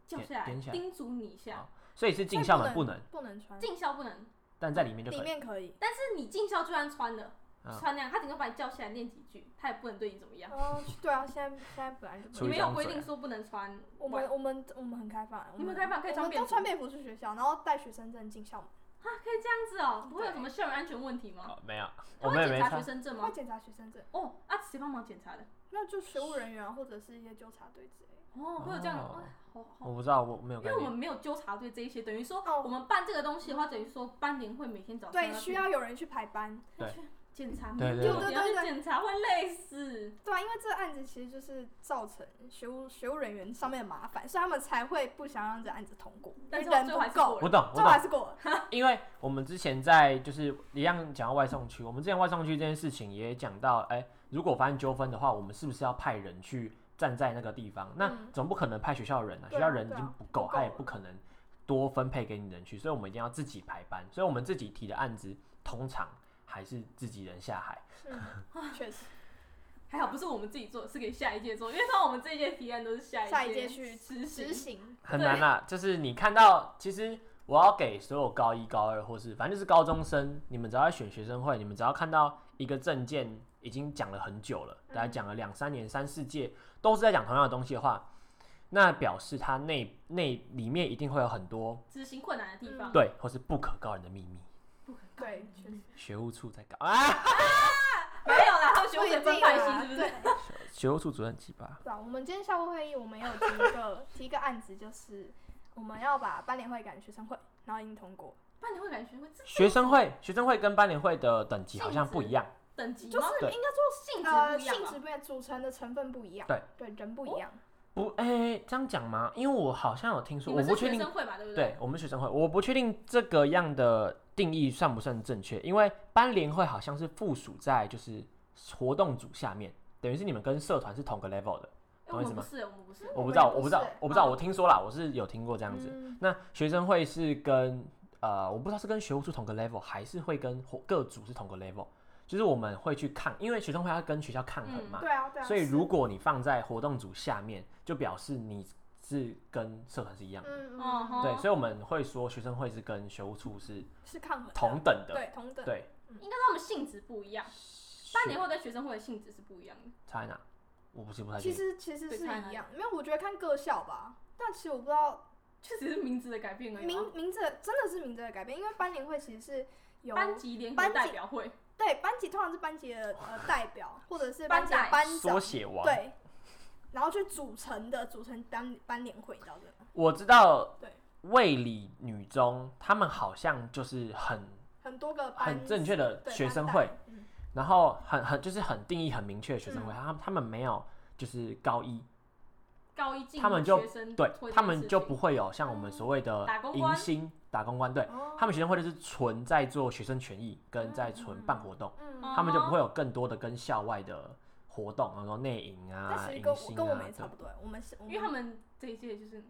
[SPEAKER 2] 叫下来
[SPEAKER 1] 点点起，来哦
[SPEAKER 2] 叮嘱你一下
[SPEAKER 1] 好，所以是进校门
[SPEAKER 3] 不
[SPEAKER 1] 不能，
[SPEAKER 3] 不能穿，
[SPEAKER 2] 进校不能。
[SPEAKER 1] 但在里面就可
[SPEAKER 3] 里
[SPEAKER 1] 以。
[SPEAKER 3] 面可以。
[SPEAKER 2] 但是你进校就算穿了，
[SPEAKER 1] 啊
[SPEAKER 2] 穿那样，他顶多把你叫起来念几句，他也不能对你怎么样。
[SPEAKER 3] 哦，对啊，现在现在本来就
[SPEAKER 1] 出
[SPEAKER 2] 你
[SPEAKER 1] 一
[SPEAKER 2] 们有
[SPEAKER 1] 张
[SPEAKER 2] 规
[SPEAKER 1] 嘴啊
[SPEAKER 2] 定说不能穿，啊
[SPEAKER 3] 我们我们我们很开放，欸我
[SPEAKER 2] 你们开放可以
[SPEAKER 3] 我
[SPEAKER 2] 穿
[SPEAKER 3] 们
[SPEAKER 2] 便
[SPEAKER 3] 都
[SPEAKER 2] 服
[SPEAKER 3] 穿便服去学校，然后带学生证进校门，
[SPEAKER 2] 啊，可以这样子哦，不会有
[SPEAKER 3] 对
[SPEAKER 2] 什么校园安全问题吗？
[SPEAKER 1] 哦，没有，
[SPEAKER 2] 他
[SPEAKER 1] 我
[SPEAKER 2] 会
[SPEAKER 1] 们也
[SPEAKER 2] 检
[SPEAKER 1] 没
[SPEAKER 2] 查学
[SPEAKER 1] 穿。
[SPEAKER 2] 生证吗
[SPEAKER 3] 会？检查学生证，
[SPEAKER 2] 哦，啊，谁帮忙检查的？
[SPEAKER 3] 那就学务人员啊，或者是一些纠察队之类的。
[SPEAKER 2] 哦，会有这样的，
[SPEAKER 1] 哦
[SPEAKER 2] 哦好好，
[SPEAKER 1] 我不知道，我没有
[SPEAKER 2] 因
[SPEAKER 1] 概
[SPEAKER 2] 为我
[SPEAKER 1] 念
[SPEAKER 2] 们。没有纠察队这一些，等于说
[SPEAKER 3] 哦
[SPEAKER 2] 我们办这个东西的话，等于说班联会每天早上
[SPEAKER 3] 嗯对，
[SPEAKER 2] 要
[SPEAKER 3] 需
[SPEAKER 2] 去
[SPEAKER 3] 要有人去排班。
[SPEAKER 2] 检查，
[SPEAKER 1] 对
[SPEAKER 2] 没
[SPEAKER 1] 对
[SPEAKER 2] 有
[SPEAKER 3] 对
[SPEAKER 2] 你要去
[SPEAKER 3] 对对
[SPEAKER 2] 检查会累死。
[SPEAKER 3] 对啊，因为这个案子其实就是造成学务学务人员上面的麻烦，所以他们才会不想让这案子通过，
[SPEAKER 2] 但是
[SPEAKER 3] 因为人
[SPEAKER 2] 最后还是
[SPEAKER 3] 不够
[SPEAKER 2] 过，
[SPEAKER 1] 我懂，我
[SPEAKER 3] 最
[SPEAKER 1] 懂，
[SPEAKER 3] 后还是过 了。
[SPEAKER 1] 因为我们之前在就是一样讲到外送区，我们之前外送区这件事情也讲到，哎、如果发生纠纷的话，我们是不是要派人去站在那个地方？那
[SPEAKER 3] 嗯
[SPEAKER 1] 总不可能派学校人啊，
[SPEAKER 3] 对
[SPEAKER 1] 学
[SPEAKER 3] 啊
[SPEAKER 1] 校人已
[SPEAKER 3] 对啊
[SPEAKER 1] 经不够，
[SPEAKER 3] 不够
[SPEAKER 1] 他也
[SPEAKER 3] 了
[SPEAKER 1] 不可能多分配给你人去，所以我们一定要自己排班。所以我们自己提的案子，通常还是自己人下海。
[SPEAKER 3] 嗯，确实，
[SPEAKER 2] 还好不是我们自己做，是给下一届做，因为通常我们这一届提案都是下
[SPEAKER 3] 下一
[SPEAKER 2] 届
[SPEAKER 3] 届去
[SPEAKER 2] 实
[SPEAKER 3] 执
[SPEAKER 2] 行。
[SPEAKER 3] 行
[SPEAKER 1] 很难啦。就是你看到，其实我要给所有高一、高二，或是反正就是高中生，你们只要在选学生会，你们只要看到一个证件已经讲了很久了，
[SPEAKER 3] 嗯
[SPEAKER 1] 大概讲了两三年、三四届，都是在讲同样的东西的话，那表示它内内里面一定会有很多
[SPEAKER 2] 执行困难的地方，
[SPEAKER 1] 对或是不可告人的秘密。
[SPEAKER 2] 不可搞，
[SPEAKER 3] 对，确实
[SPEAKER 1] 学务处在搞啊，
[SPEAKER 2] 没有啦，他们学会分派系是不
[SPEAKER 3] 啊对
[SPEAKER 2] 是？
[SPEAKER 1] 学务处主任鸡巴，
[SPEAKER 3] 对啊，我们今天校务会议，我们也有提一个提一个案子，就是我们要把班联会改成学生会，然后已经通过，
[SPEAKER 2] 班联会感觉会这
[SPEAKER 1] 学生会学生会跟班联会的等级好像不一样，
[SPEAKER 2] 等级
[SPEAKER 3] 就
[SPEAKER 2] 吗？
[SPEAKER 3] 是
[SPEAKER 1] 对
[SPEAKER 3] 应该说
[SPEAKER 2] 性质
[SPEAKER 3] 呃
[SPEAKER 2] 不一样啊
[SPEAKER 3] 性
[SPEAKER 2] 吗
[SPEAKER 3] 质？不一样，组成的成分不一样，
[SPEAKER 1] 对
[SPEAKER 3] 人不一
[SPEAKER 2] 哦
[SPEAKER 3] 样，
[SPEAKER 1] 不哎、这样讲吗？因为我好像有听说，我
[SPEAKER 2] 你们
[SPEAKER 1] 不
[SPEAKER 2] 是
[SPEAKER 1] 确
[SPEAKER 2] 学
[SPEAKER 1] 定
[SPEAKER 2] 生会吧，
[SPEAKER 3] 啊
[SPEAKER 2] 对不对？
[SPEAKER 1] 对我们学生会，我不确定这个样的定义算不算正确，因为班联会好像是附属在就是活动组下面，等于是你们跟社团是同个 level 的。
[SPEAKER 2] 哎
[SPEAKER 1] 懂
[SPEAKER 2] 我
[SPEAKER 1] 我意思
[SPEAKER 2] 们
[SPEAKER 1] 吗
[SPEAKER 2] 不是，我们不是。
[SPEAKER 1] 我不
[SPEAKER 3] 我
[SPEAKER 1] 知道，
[SPEAKER 3] 也
[SPEAKER 1] 我
[SPEAKER 3] 不
[SPEAKER 1] 不知道
[SPEAKER 3] 是，
[SPEAKER 1] 我不知道，
[SPEAKER 2] 嗯
[SPEAKER 1] 我听说啦，我是有听过这
[SPEAKER 3] 这
[SPEAKER 1] 样子。
[SPEAKER 3] 嗯、
[SPEAKER 1] 那学生会是跟呃，我不知道是跟学务处同个 level，还是会跟伙各组是同个 level。就是我们会去抗，因为学生会要跟学校抗衡嘛，
[SPEAKER 3] 对啊对啊，
[SPEAKER 1] 所以
[SPEAKER 3] 是
[SPEAKER 1] 如果你放在活动组下面，就表示你是跟社团是一样的。
[SPEAKER 3] 嗯
[SPEAKER 2] 嗯
[SPEAKER 3] 嗯嗯
[SPEAKER 2] 哼
[SPEAKER 1] 对，所以我们会说学生会是跟学务处是
[SPEAKER 3] 是抗衡的
[SPEAKER 1] 同等的。
[SPEAKER 3] 对同等，
[SPEAKER 1] 对，
[SPEAKER 2] 应该说他们性质不一样，班联会跟学生会的性质是不一样的。
[SPEAKER 1] 差在哪？我不是不太
[SPEAKER 3] 其
[SPEAKER 1] 确定。
[SPEAKER 3] 实其实
[SPEAKER 2] 对
[SPEAKER 3] 是
[SPEAKER 2] 差在哪
[SPEAKER 3] 一样，没有，我觉得看各校吧。但其实我不知道
[SPEAKER 2] 就只是名字的改变而已吗。
[SPEAKER 3] 名名字真的是名字的改变，因为班联会其实是有
[SPEAKER 2] 班级联合
[SPEAKER 3] 班级
[SPEAKER 2] 代表会，
[SPEAKER 3] 对班级通常是班级的呃代表或者是
[SPEAKER 2] 班
[SPEAKER 3] 班级的
[SPEAKER 2] 代
[SPEAKER 3] 班
[SPEAKER 1] 缩啊
[SPEAKER 3] 长
[SPEAKER 1] 写王，
[SPEAKER 3] 对，然后去组成的组成班班联会，你知道的，
[SPEAKER 1] 我知道
[SPEAKER 3] 对。
[SPEAKER 1] 卫理女中，他们好像就是很
[SPEAKER 3] 很多个班
[SPEAKER 1] 很正确的
[SPEAKER 3] 对
[SPEAKER 1] 学生
[SPEAKER 3] 班
[SPEAKER 1] 会
[SPEAKER 3] 代，嗯
[SPEAKER 1] 然后很很就是很定义很明确的学生会，
[SPEAKER 3] 嗯
[SPEAKER 1] 他、他们没有就是高一，
[SPEAKER 2] 高一进
[SPEAKER 1] 他们就
[SPEAKER 2] 学
[SPEAKER 3] 嗯
[SPEAKER 2] 生
[SPEAKER 1] 对
[SPEAKER 2] 会这件
[SPEAKER 1] 他们
[SPEAKER 2] 事
[SPEAKER 1] 就
[SPEAKER 2] 情
[SPEAKER 1] 不会有像我们所谓的
[SPEAKER 2] 打工
[SPEAKER 1] 迎
[SPEAKER 2] 官
[SPEAKER 1] 新打工官，对、
[SPEAKER 3] 哦
[SPEAKER 1] 他们学生会就是纯在做学生权益跟在纯办活动，
[SPEAKER 3] 嗯
[SPEAKER 2] 嗯，
[SPEAKER 1] 他们就不会有更多的跟校外的活动，然后内营
[SPEAKER 3] 但
[SPEAKER 1] 啊、
[SPEAKER 3] 其实
[SPEAKER 1] 迎
[SPEAKER 3] 跟我
[SPEAKER 1] 新
[SPEAKER 3] 跟我
[SPEAKER 1] 啊
[SPEAKER 3] 们也，差不多，我们是我
[SPEAKER 2] 因为他们这一届就是，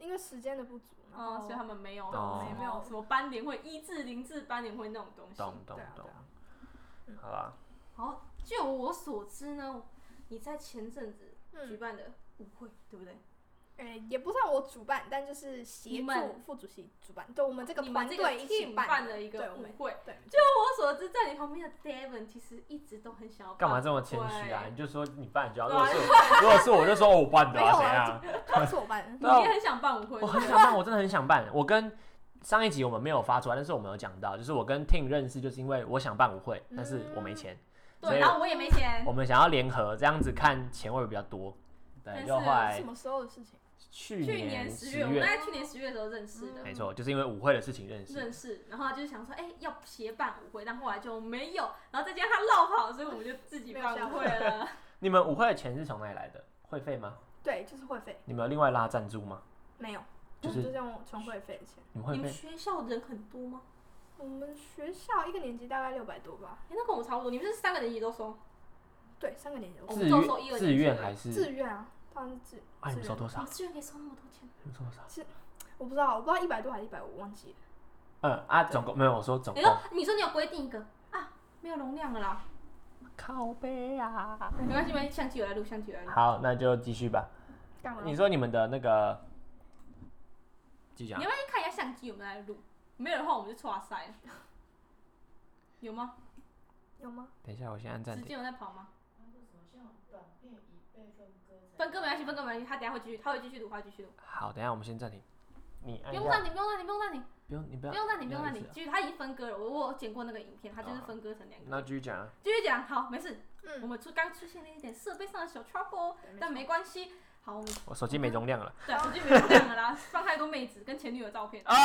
[SPEAKER 3] 因为时间的不足，然
[SPEAKER 2] 嗯，
[SPEAKER 3] 后
[SPEAKER 2] 所以他们没有
[SPEAKER 1] 对我
[SPEAKER 2] 什
[SPEAKER 1] 们
[SPEAKER 3] 没有
[SPEAKER 2] 么什么班联会一至零至班联会那种东西。
[SPEAKER 1] 懂懂
[SPEAKER 3] 对啊
[SPEAKER 1] 懂
[SPEAKER 3] 对啊，
[SPEAKER 1] 好吧。
[SPEAKER 2] 好，据我所知呢，你在前阵子举
[SPEAKER 3] 嗯，
[SPEAKER 2] 办的舞会，对不对？
[SPEAKER 3] 呃，也不算我主办，但就是协
[SPEAKER 2] 你
[SPEAKER 3] 助
[SPEAKER 2] 们
[SPEAKER 3] 副主席主办，对我们这个
[SPEAKER 2] 你
[SPEAKER 3] 团
[SPEAKER 2] 们这个
[SPEAKER 3] 队一起
[SPEAKER 2] team 办
[SPEAKER 3] 的
[SPEAKER 2] 的一
[SPEAKER 3] 对
[SPEAKER 2] 个
[SPEAKER 3] 我
[SPEAKER 2] 舞
[SPEAKER 3] 们
[SPEAKER 2] 会。
[SPEAKER 3] 对，
[SPEAKER 2] 据我所知，在你旁边的 Devon 其实一直都很想要
[SPEAKER 1] 干嘛
[SPEAKER 2] 办
[SPEAKER 1] 这么
[SPEAKER 2] 舞
[SPEAKER 1] 谦虚啊？
[SPEAKER 2] 会
[SPEAKER 1] 你就说你办就好，如
[SPEAKER 2] 对
[SPEAKER 1] 果
[SPEAKER 2] 啊
[SPEAKER 1] 是我，如果是我就说我办的
[SPEAKER 3] 没有
[SPEAKER 1] 啊，
[SPEAKER 3] 啊
[SPEAKER 1] 怎样？
[SPEAKER 3] 都是我 办的，
[SPEAKER 1] 对啊
[SPEAKER 2] 你也很想办舞会，
[SPEAKER 1] 我
[SPEAKER 2] 对不
[SPEAKER 1] 很
[SPEAKER 2] 对
[SPEAKER 1] 想办，我真的很想办。我跟上一集我们没有发出啊来，但是我们有讲到，就是我跟 Ting 认识，就是因为我想办舞会，但是我没钱，所
[SPEAKER 2] 对，
[SPEAKER 1] 以
[SPEAKER 2] 然后我也没钱
[SPEAKER 1] 我，们想要联合这样子看钱会比较多。对，
[SPEAKER 2] 但
[SPEAKER 1] 就是后来
[SPEAKER 3] 什么时候的事情？
[SPEAKER 1] 去
[SPEAKER 2] 去
[SPEAKER 1] 年
[SPEAKER 2] 十
[SPEAKER 1] 月，
[SPEAKER 2] 我们在去年十月的时候认识的，
[SPEAKER 1] 没错，就是因为舞会的事情认识。
[SPEAKER 2] 认识，然后就是想说，哎、要协办舞会，但后来就没有，然后再加上他落跑，所以我们就自己办舞会了。
[SPEAKER 1] 你们舞会的钱是从哪里来的？会费吗？
[SPEAKER 3] 对，就是会费，
[SPEAKER 1] 你们有另外拉赞助吗？
[SPEAKER 3] 没有，
[SPEAKER 1] 就
[SPEAKER 3] 我们
[SPEAKER 1] 是
[SPEAKER 3] 就用纯会费的钱。
[SPEAKER 1] 你们 会
[SPEAKER 2] 你们
[SPEAKER 1] 费？
[SPEAKER 2] 学校人很多吗？
[SPEAKER 3] 我们学校一个年级大概六百多吧，
[SPEAKER 2] 哎、那跟我们差不多，你们是三个年级都收，
[SPEAKER 3] 对，三个年级都
[SPEAKER 2] 我
[SPEAKER 3] 是
[SPEAKER 2] 们
[SPEAKER 1] 自
[SPEAKER 2] 就收一
[SPEAKER 1] 愿
[SPEAKER 2] 个
[SPEAKER 1] 自愿
[SPEAKER 2] 年级
[SPEAKER 1] 还
[SPEAKER 3] 自
[SPEAKER 1] 是？
[SPEAKER 3] 愿啊，当然是自
[SPEAKER 1] 哦哎，你
[SPEAKER 3] 自
[SPEAKER 1] 们收
[SPEAKER 3] 愿。
[SPEAKER 1] 多
[SPEAKER 2] 我
[SPEAKER 1] 少
[SPEAKER 2] 们？居然可以收那么多钱，
[SPEAKER 1] 你们收多少？
[SPEAKER 3] 我不知道，我不知道一百多还是一百五，忘记了。
[SPEAKER 1] 嗯啊，总共没有，我说总
[SPEAKER 2] 你
[SPEAKER 1] 共。
[SPEAKER 2] 说你说你有规定一个啊，没有容量了啦，
[SPEAKER 1] 靠背啊！
[SPEAKER 2] 没关系，没关系，相机有来录，相机有来录。
[SPEAKER 1] 好，那就继续吧。
[SPEAKER 2] 啊
[SPEAKER 3] 干嘛？
[SPEAKER 1] 你说你们的那个，继续啊讲
[SPEAKER 2] 你要。不要去看一下相机有没有在录？没有的话，我们就错塞 了。有吗？
[SPEAKER 3] 有吗？
[SPEAKER 1] 等一下，我先按暂
[SPEAKER 2] 时
[SPEAKER 1] 停。
[SPEAKER 2] 间有在跑吗？
[SPEAKER 4] 啊短片已被分割成
[SPEAKER 2] 分割没关系，分割没关系，他等一下会继续，他会继续录，他会继续录。
[SPEAKER 1] 好，等一下我们先暂停。你
[SPEAKER 2] 不
[SPEAKER 1] 按一
[SPEAKER 2] 用
[SPEAKER 1] 下，
[SPEAKER 2] 暂停，不用暂停，不用暂停。
[SPEAKER 1] 不用，你哎不要哦
[SPEAKER 2] 不，用暂停，不用暂
[SPEAKER 1] 不
[SPEAKER 2] 停
[SPEAKER 1] 好，意
[SPEAKER 2] 继续，它已经分割了。我我有剪过那个影片，它就是分割成两个。
[SPEAKER 1] 那继续讲啊。
[SPEAKER 2] 继续讲，好，没事。我
[SPEAKER 3] 嗯，
[SPEAKER 2] 们出刚出现了一点设备上的小 trouble，但哦没关系。好，我们
[SPEAKER 1] 我手机没容量了。
[SPEAKER 2] 对，我就没有讲 了啦，放太多妹子跟前女友照片。
[SPEAKER 1] 哎